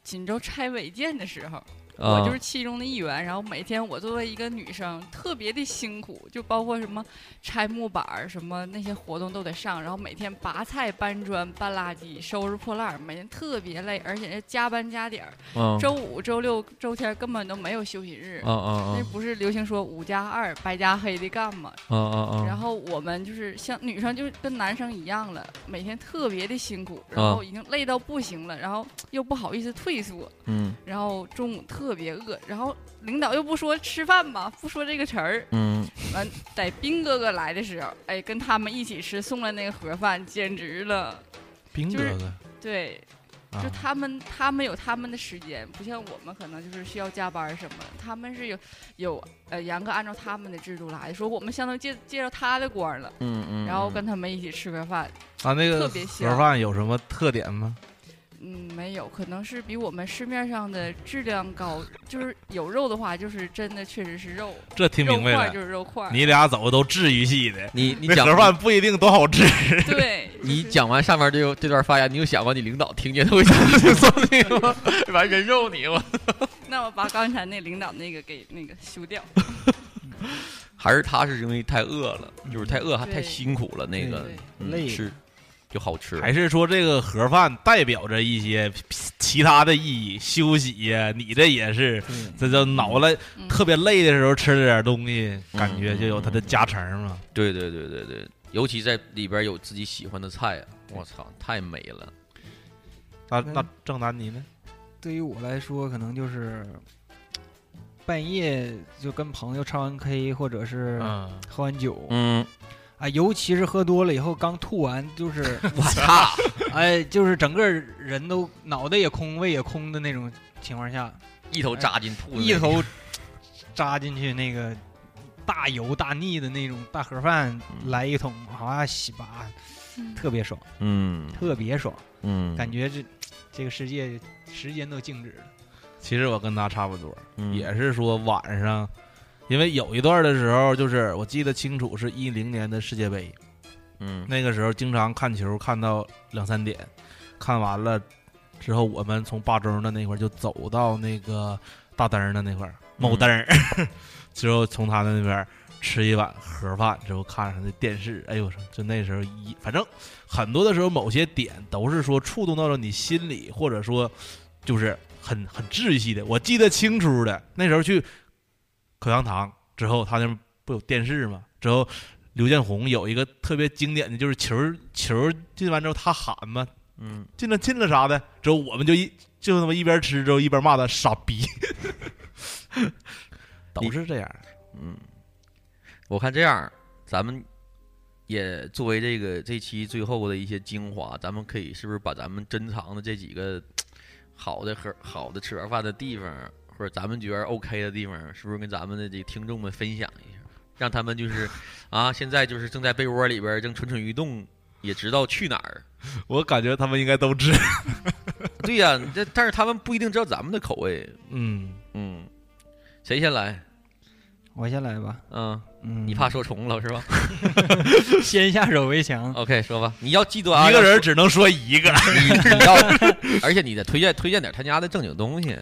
Speaker 10: 锦州拆违建的时候，
Speaker 11: 啊
Speaker 10: 我就是其中的一员。然后每天我作为一个女生，特别的辛苦，就包括什么拆木板儿、什么那些活动都得上，然后每天拔菜、搬砖、搬垃圾、收拾破烂儿，每天特别累，而且是加班加点儿。
Speaker 11: 嗯
Speaker 10: 周五、周六、周天根本都没有休息日。
Speaker 11: 嗯嗯嗯
Speaker 10: 那不是流行说五加二白加黑的干吗？
Speaker 11: 嗯嗯嗯
Speaker 10: 然后我们就是像女生，就是跟男生一样了，每天特别的辛苦，然后
Speaker 11: 嗯
Speaker 10: 已经累到不行了，然后又不好意思退缩，
Speaker 11: 嗯
Speaker 10: 然后中午特别饿，然后领导又不说吃饭吧，不说这个词儿，
Speaker 11: 嗯，
Speaker 10: 完在兵哥哥来的时候，哎，跟他们一起吃送了那个盒饭，简直了，
Speaker 12: 兵
Speaker 10: 就是
Speaker 12: 哥哥，
Speaker 10: 对。
Speaker 12: 啊
Speaker 10: 就他们，他们有他们的时间，不像我们可能就是需要加班儿什么。他们是有有呃严格按照他们的制度来说，我们相当于借借着他的光了。
Speaker 11: 嗯嗯
Speaker 10: 然后
Speaker 11: 嗯
Speaker 10: 跟他们一起吃个饭，
Speaker 12: 啊，那
Speaker 10: 特
Speaker 12: 个
Speaker 10: 别
Speaker 12: 盒
Speaker 10: 香
Speaker 12: 饭有什么特点吗？
Speaker 10: 嗯，没有，可能是比我们市面上的质量高，就是有肉的话，就是真的确实是肉。
Speaker 12: 这听明白
Speaker 10: 肉块
Speaker 12: 了
Speaker 10: 儿，就是肉块儿。
Speaker 12: 你俩走都治愈系的，
Speaker 11: 你你
Speaker 12: 那
Speaker 11: 讲
Speaker 12: 盒饭不一定多好吃。
Speaker 10: 对，
Speaker 11: 你讲完上面这这段发言，你有想过你领导听见他会想 这种你吗？完人肉你我。
Speaker 10: 那我把刚才那领导那个给那个修掉。
Speaker 11: 还是他是因为太饿了，就是太饿还太
Speaker 10: 对
Speaker 11: 辛苦了，那个
Speaker 10: 对
Speaker 11: 嗯
Speaker 12: 累
Speaker 11: 吃就好吃，
Speaker 12: 还是说这个盒饭代表着一些 其他的意义，休息呀、你这也是，这叫脑了，特别累的时候吃点东西，感觉就有它的加成嘛。
Speaker 11: 对对对对对，尤其在里边有自己喜欢的菜啊，我操，太美了。
Speaker 12: 那那郑楠你呢？
Speaker 8: 对于我来说，可能就是半夜就跟朋友唱完 K，或者是
Speaker 12: 嗯
Speaker 8: 喝完酒，
Speaker 11: 嗯，
Speaker 8: 啊，尤其是喝多了以后刚吐完，就是
Speaker 11: 我操，
Speaker 8: 哎，就是整个人都脑袋也空，胃也空的那种情况下，
Speaker 11: 一头扎进吐的那
Speaker 8: 一
Speaker 11: 个
Speaker 8: 头扎进去那个大油大腻的那种大盒饭，来一桶，啊，洗吧，特别爽，
Speaker 11: 嗯
Speaker 8: 特别爽，
Speaker 11: 嗯
Speaker 8: 感觉这这个世界时间都静止了。
Speaker 12: 其实我跟他差不多，
Speaker 11: 嗯
Speaker 12: 也是说晚上，因为有一段的时候，就是我记得清楚是一零年的世界杯，
Speaker 11: 嗯，
Speaker 12: 那个时候经常看球，看到两三点，看完了之后，我们从霸中的那块儿就走到那个大灯儿的那块儿，某灯儿， 之后从他那边儿吃一碗盒饭，之后看上的电视，哎呦我说，就那时候一，反正很多的时候某些点都是说触动到了你心里，或者说就是很很窒息的。我记得清楚的，那时候去口香糖之后，他那不有电视吗？之后刘建宏有一个特别经典的就是球球进完之后他喊嘛，
Speaker 11: 嗯，
Speaker 12: 进了进了啥的，之后我们就一就他妈一边吃之后一边骂他傻逼， 都是这样。
Speaker 11: 嗯，我看这样，咱们也作为这个这期最后的一些精华，咱们可以是不是把咱们珍藏的这几个好的和好的吃盒饭的地方，或者咱们觉得 OK 的地方，是不是跟咱们的这个听众们分享一下，让他们就是 啊，现在就是正在被窝里边儿正蠢蠢欲动，也知道去哪儿。
Speaker 12: 我感觉他们应该都知。
Speaker 11: 对呀、这但是他们不一定知道咱们的口味。
Speaker 12: 嗯
Speaker 11: 嗯，谁先来？
Speaker 8: 我先来吧，
Speaker 11: 嗯
Speaker 8: 嗯
Speaker 11: 你 怕说重了是吧？
Speaker 8: 先下手为强。
Speaker 11: OK，说吧，你要记住啊，
Speaker 8: 一个人
Speaker 11: 要
Speaker 12: 只能说一个，
Speaker 11: 你你要， 而且你得推荐推荐点他家的正经东西。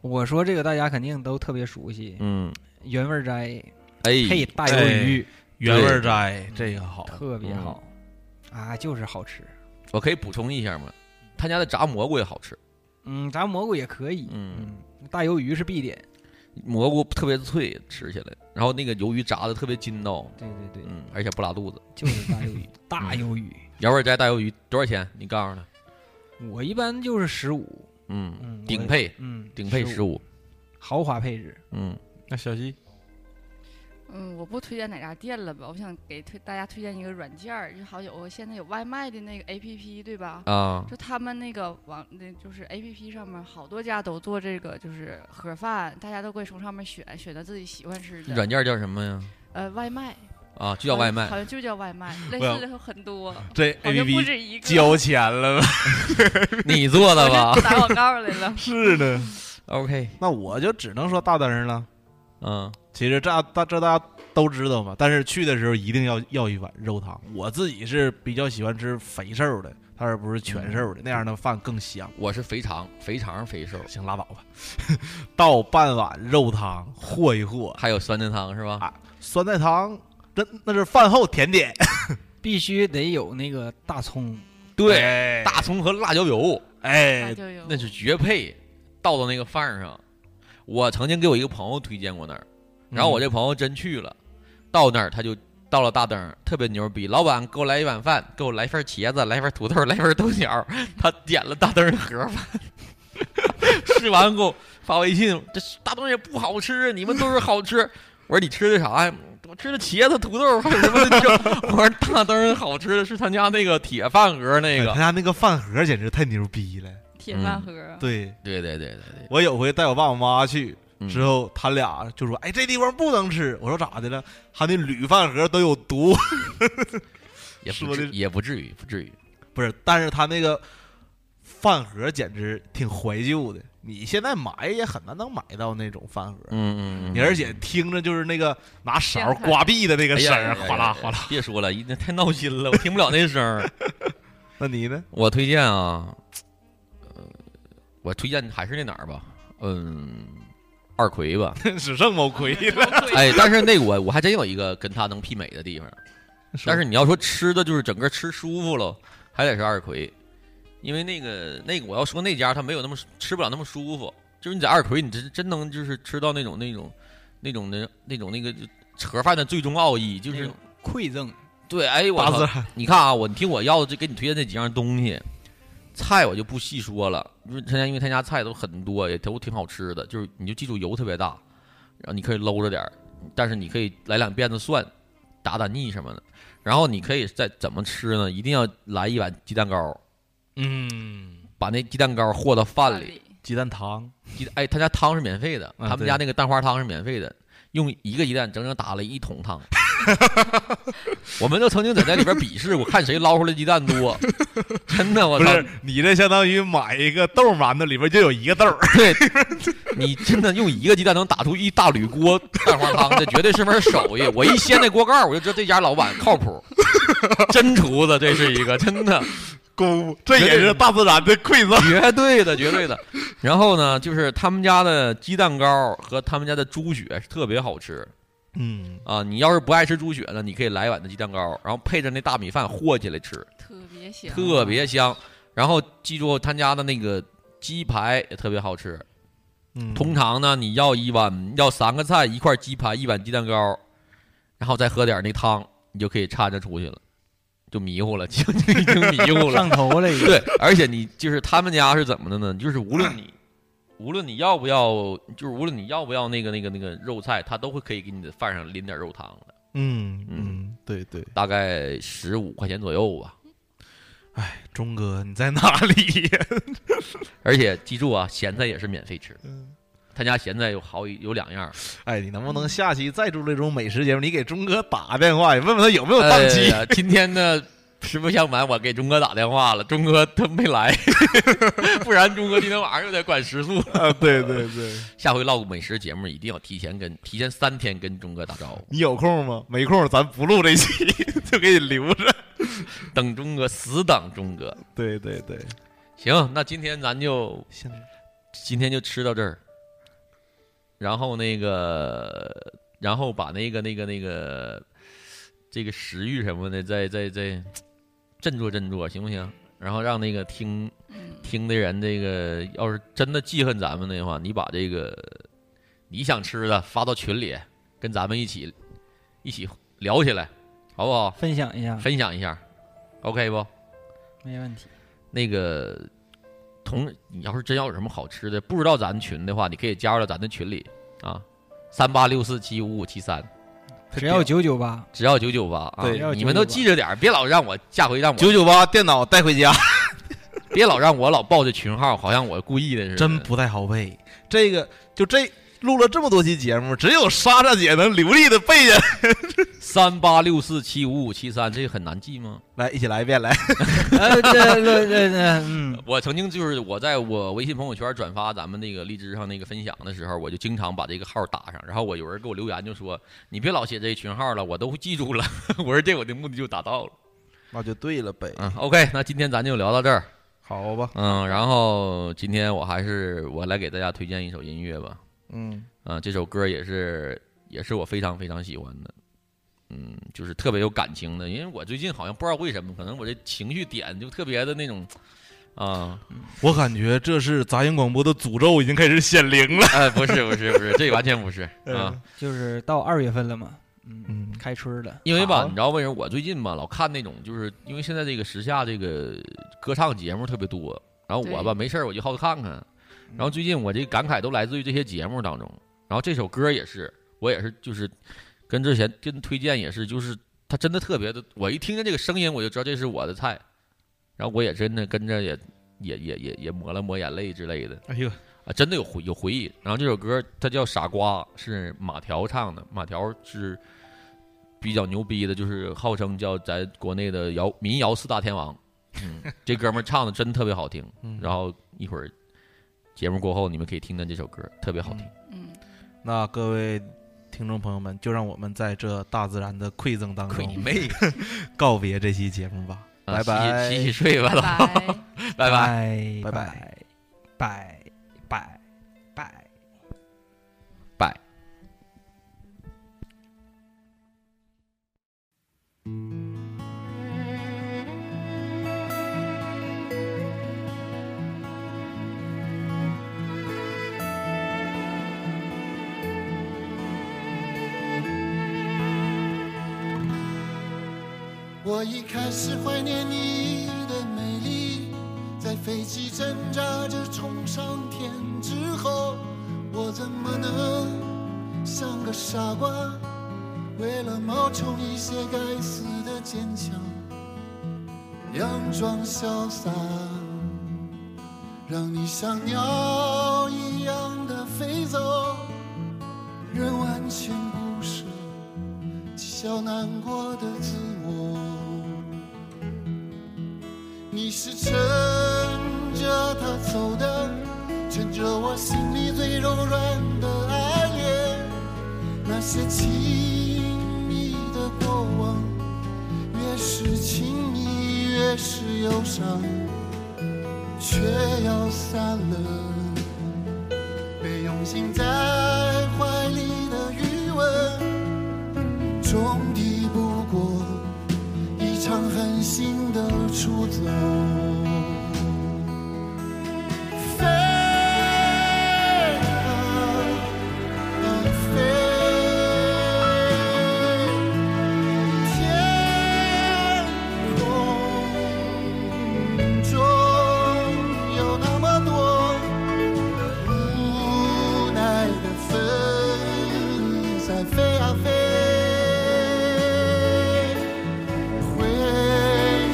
Speaker 8: 我说这个大家肯定都特别熟悉，
Speaker 11: 嗯，
Speaker 8: 原味儿斋，
Speaker 11: 哎
Speaker 8: 配大鱿鱼，
Speaker 12: 哎 原味儿斋这个好，
Speaker 8: 特别好、嗯啊，就是好吃。
Speaker 11: 我可以补充一下吗？他家的炸蘑菇也好吃，
Speaker 8: 嗯，炸蘑菇也可以，
Speaker 11: 嗯，
Speaker 8: 大鱿鱼是必点。
Speaker 11: 蘑菇特别脆，吃起来，然后那个鱿鱼炸的特别筋道，
Speaker 8: 对对对，
Speaker 11: 嗯，而且不拉肚子，
Speaker 8: 就是大鱿鱼， 大鱿鱼，
Speaker 11: 原味斋大鱿鱼多少钱？你告诉他，
Speaker 8: 我一般就是十五，
Speaker 11: 嗯
Speaker 8: 嗯，
Speaker 11: 顶
Speaker 8: 我
Speaker 11: 配，
Speaker 8: 嗯
Speaker 11: 顶配十五，
Speaker 8: 豪华配置。
Speaker 11: 嗯，
Speaker 12: 那小西，
Speaker 10: 嗯，我不推荐哪家店了吧，我想给推大家推荐一个软件儿，就好有现在有外卖的那个 A P P 对吧？
Speaker 11: 啊
Speaker 10: 就他们那个网那就是 A P P 上面好多家都做这个，就是盒饭，大家都可以从上面选，选择自己喜欢吃的。
Speaker 11: 软件叫什么呀？
Speaker 10: 呃外卖
Speaker 11: 啊，就叫外卖
Speaker 10: 好像就叫外卖， 类
Speaker 11: 我
Speaker 10: 似的有很多，
Speaker 12: 这
Speaker 10: 好
Speaker 12: A
Speaker 10: 像
Speaker 12: P
Speaker 10: 不止一
Speaker 12: P
Speaker 10: 个。
Speaker 12: 交钱了 吗？
Speaker 11: 你做的吧
Speaker 10: 我这打广告来了
Speaker 12: 是的。
Speaker 11: OK，
Speaker 12: 那我就只能说大灯儿了。
Speaker 11: 嗯，
Speaker 12: 其实这大这大家都知道嘛，但是去的时候一定要要一碗肉汤。我自己是比较喜欢吃肥瘦的，它而不是全瘦的，那样的饭更香。
Speaker 11: 我是肥肠，肥肠肥瘦，
Speaker 12: 行拉倒吧。 倒半碗肉汤和一和，
Speaker 11: 还有酸菜汤是吧？
Speaker 12: 酸菜汤，那那是饭后甜点，
Speaker 8: 必须得有那个大葱，
Speaker 11: 对，大葱和辣椒油，
Speaker 12: 哎，
Speaker 11: 那是绝配，倒到那个饭上。我曾经给我一个朋友推荐过那儿，然
Speaker 8: 嗯
Speaker 12: 嗯
Speaker 11: 后我这朋友真去了，到那儿他就到了大灯，特别牛逼。老板给我来一碗饭，给我来份茄子，来份土豆，来份豆角。他点了大灯盒饭， 吃完给我发微信，这大灯也不好吃，你们都是好吃。我说你吃的啥呀？我吃的茄子、土豆，还有什么的？ 我说大灯好吃的是他家那个铁饭盒那个
Speaker 12: 哎他，家那个饭盒简直太牛逼了。
Speaker 10: 铁
Speaker 11: 嗯
Speaker 10: 饭盒。
Speaker 12: 对
Speaker 11: 对对对对对，
Speaker 12: 我有回带我爸我妈去，
Speaker 11: 嗯
Speaker 12: 之后他俩就说：“哎，这地方不能吃。”我说：“咋的了？他那铝饭盒都有毒。
Speaker 11: 也不
Speaker 12: 说的
Speaker 11: 至也不至于，不至于。”
Speaker 12: 不是，但是他那个饭盒简直挺怀旧的，你现在买也很难能买到那种饭盒。
Speaker 11: 嗯嗯
Speaker 12: 你而且听着就是那个拿勺刮壁的那个声
Speaker 11: 哎呀
Speaker 12: 儿，
Speaker 11: 哎呀
Speaker 12: 哗啦哗啦。
Speaker 11: 哎呀别说了，一那太闹心了，我听不了那声儿。
Speaker 12: 那你呢？
Speaker 11: 我推荐啊，呃，我推荐还是那哪儿吧，嗯，二奎吧。
Speaker 12: 只剩某葵 了。
Speaker 11: 哎，但是那我我还真有一个跟他能媲美的地方，但是你要说吃的，就是整个吃舒服了，还得是二奎，因为那个那个我要说那家他没有那么吃不了那么舒服，就是你在二奎，你真真能就是吃到那种那种那种的那种那个就盒饭的最终奥义，就是
Speaker 8: 馈 赠。
Speaker 11: 对，哎，我
Speaker 8: 大
Speaker 11: 操
Speaker 8: 自然
Speaker 11: 你看啊，我你听我要的这给你推荐这几样东西，菜我就不细说了，因为他家因为他家菜都很多，也都挺好吃的，就是你就记住油特别大，然后你可以搂着点儿，但是你可以来两辫子蒜，打打腻什么的。然后你可以再怎么吃呢？一定要来一碗鸡蛋糕，
Speaker 12: 嗯，
Speaker 11: 把那鸡蛋糕和到饭里。
Speaker 12: 鸡蛋汤，
Speaker 11: 鸡哎，他家汤是免费的，他
Speaker 12: 啊
Speaker 11: 们
Speaker 12: 对
Speaker 11: 家那个蛋花汤是免费的，用一个鸡蛋整整打了一桶 汤。我们都曾经在那里边比试过，看谁捞出来鸡蛋多。真的，我
Speaker 12: 不
Speaker 11: 操！
Speaker 12: 是你这相当于买一个豆馒头，里边就有一个豆儿。
Speaker 11: 对，你真的用一个鸡蛋能打出一大铝锅蛋花汤，这绝对是门手艺。我一掀那锅盖儿，我就知道这家老板靠谱，真厨子，这是一个真的。
Speaker 12: 功夫，这也是大自然的馈赠。
Speaker 11: 绝对的，绝对的。然后呢，就是他们家的鸡蛋糕和他们家的猪血是特别好吃
Speaker 12: 嗯
Speaker 11: 啊。你要是不爱吃猪血呢，你可以来一碗的鸡蛋糕，然后配着那大米饭和起来吃，
Speaker 10: 特别香，
Speaker 11: 特别香。然后记住他家的那个鸡排也特别好吃。
Speaker 12: 嗯，
Speaker 11: 通常呢，你要一碗要三个菜，一块鸡排，一碗鸡蛋糕，然后再喝点那汤，你就可以掺着出去了，就迷糊了，就 就已经迷糊了，
Speaker 8: 上头了 已经
Speaker 11: 对，而且你就是他们家是怎么的呢？就是无论你。无论你要不要，就是无论你要不要那个那个那个肉菜，他都会可以给你的饭上淋点肉汤的，
Speaker 12: 嗯嗯，对对。
Speaker 11: 大概十五块钱左右吧。
Speaker 12: 哎，钟哥，你在哪里呀？
Speaker 11: 而且记住啊，咸菜也是免费吃。他家咸菜有好有两样儿，
Speaker 12: 哎，你能不能下期再做这种美食节目？你给钟哥打个电话，你问问他有没有档期。
Speaker 11: 呃今天呢，实不相瞒，我给钟哥打电话了，钟哥他没来， 不然钟哥今天晚上又得管食宿。
Speaker 12: 啊， 对对对，
Speaker 11: 下回唠美食节目一定要提前跟提前三天跟钟哥打招呼，
Speaker 12: 你有空吗？没空，咱不录这期， 就给你留着。
Speaker 11: 等钟哥死等钟哥。
Speaker 12: 对对对，
Speaker 11: 行，那今天咱就
Speaker 12: 行
Speaker 11: 今天就吃到这儿，然后那个，然后把那个那个那个这个食欲什么的，再再再振作振作，行不行？然后让那个听听的人，这个要是真的记恨咱们的话，你把这个你想吃的发到群里，跟咱们一起一起聊起来，好不好？
Speaker 8: 分享一下，
Speaker 11: 分享一下，OK 不？
Speaker 8: 没问题。
Speaker 11: 那个同你要是真要有什么好吃的，不知道咱群的话，你可以加入到咱的群里啊，三八六四七五五七三，
Speaker 8: 只要九九八，
Speaker 11: 只要九九八啊
Speaker 12: 对，
Speaker 11: 你们都记着点儿，别老让我下回让我
Speaker 12: 九九八电脑带回家，
Speaker 11: 别老让我老报这群号，好像我故意的似的。
Speaker 12: 真不太好背。这个就这录了这么多期节目，只有莎莎姐能流利的背下来。
Speaker 11: 三八六四七五五七三，这个很难记吗？
Speaker 12: 来，一起来一遍来。
Speaker 8: 呃，这这这这，嗯，
Speaker 11: 我曾经就是我在我微信朋友圈转发咱们那个荔枝上那个分享的时候，我就经常把这个号打上，然后我有人给我 留言就说：“你别老写这群号了，我都记住了。”我说这我的目的就达到了。
Speaker 12: 那就对了呗。
Speaker 11: 嗯，OK，那今天咱就聊到这儿。
Speaker 12: 好吧。
Speaker 11: 嗯，然后今天我还是我来给大家推荐一首音乐吧。
Speaker 12: 嗯，
Speaker 11: 啊，这首歌也是也是我非常非常喜欢的，嗯，就是特别有感情的。因为我最近好像不知道为什么，可能我这情绪点就特别的那种啊。
Speaker 12: 我感觉这是杂音广播的诅咒已经开始显灵了。
Speaker 11: 哎，不是不是不是，这完全不是啊
Speaker 8: 嗯。就是到二月份了嘛，嗯，开春了，
Speaker 11: 因为吧，你知道为什么我最近吧老看那种，就是因为现在这个时下这个歌唱节目特别多，然后我吧
Speaker 8: 对
Speaker 11: 没事儿我就好看看，然后最近我这感慨都来自于这些节目当中，然后这首歌也是，我也是就是跟之前跟推荐也是，就是它真的特别的，我一听见这个声音我就知道这是我的菜，然后我也真的跟着也也也也也抹了抹眼泪之类的，
Speaker 12: 哎呦。
Speaker 11: 啊，真的有回有回忆。然后这首歌它叫《傻瓜》，是马条唱的。马条是比较牛逼的，就是号称叫咱国内的摇民谣四大天王。嗯，这哥们儿唱的真特别好听。
Speaker 12: 嗯
Speaker 11: 然后一会儿节目过后，你们可以听听这首歌，特别好听。
Speaker 10: 嗯，
Speaker 12: 那各位听众朋友们，就让我们在这大自然的馈赠当中，
Speaker 11: 馈你妹
Speaker 12: 告别这期节目吧，
Speaker 11: 啊
Speaker 12: 拜拜，
Speaker 11: 洗洗洗睡吧拜
Speaker 8: 拜
Speaker 10: 拜
Speaker 12: 拜拜。
Speaker 8: 拜拜拜。
Speaker 13: 我一开始怀念你的美丽，在飞机挣扎着冲上天之后，我怎么能像个傻瓜，为了冒充一些该死的坚强，佯装潇洒，让你像鸟一样的飞走，仍完全不舍。讥笑难过的自我。你是趁着他走的，趁着我心里最柔软的爱恋，那些亲密的过往，越是亲密越是忧伤，却要散了。被拥进在怀里的余温，终抵不过一场狠心的出走。飞啊啊飞，啊天空中有那么多无奈的风在飞啊飞。回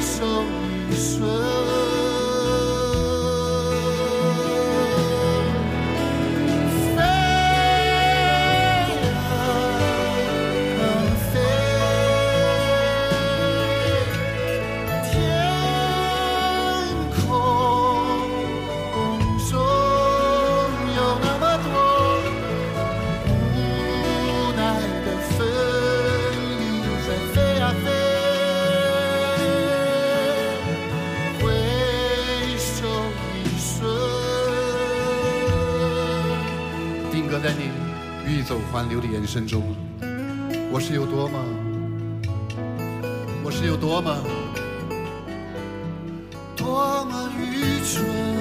Speaker 13: 首一瞬，飞啊飞，天空中有那么多无奈的分离在飞啊飞，回首一瞬。定格在你欲走还留的眼神中，我是有多么，我是有多么，多么愚蠢。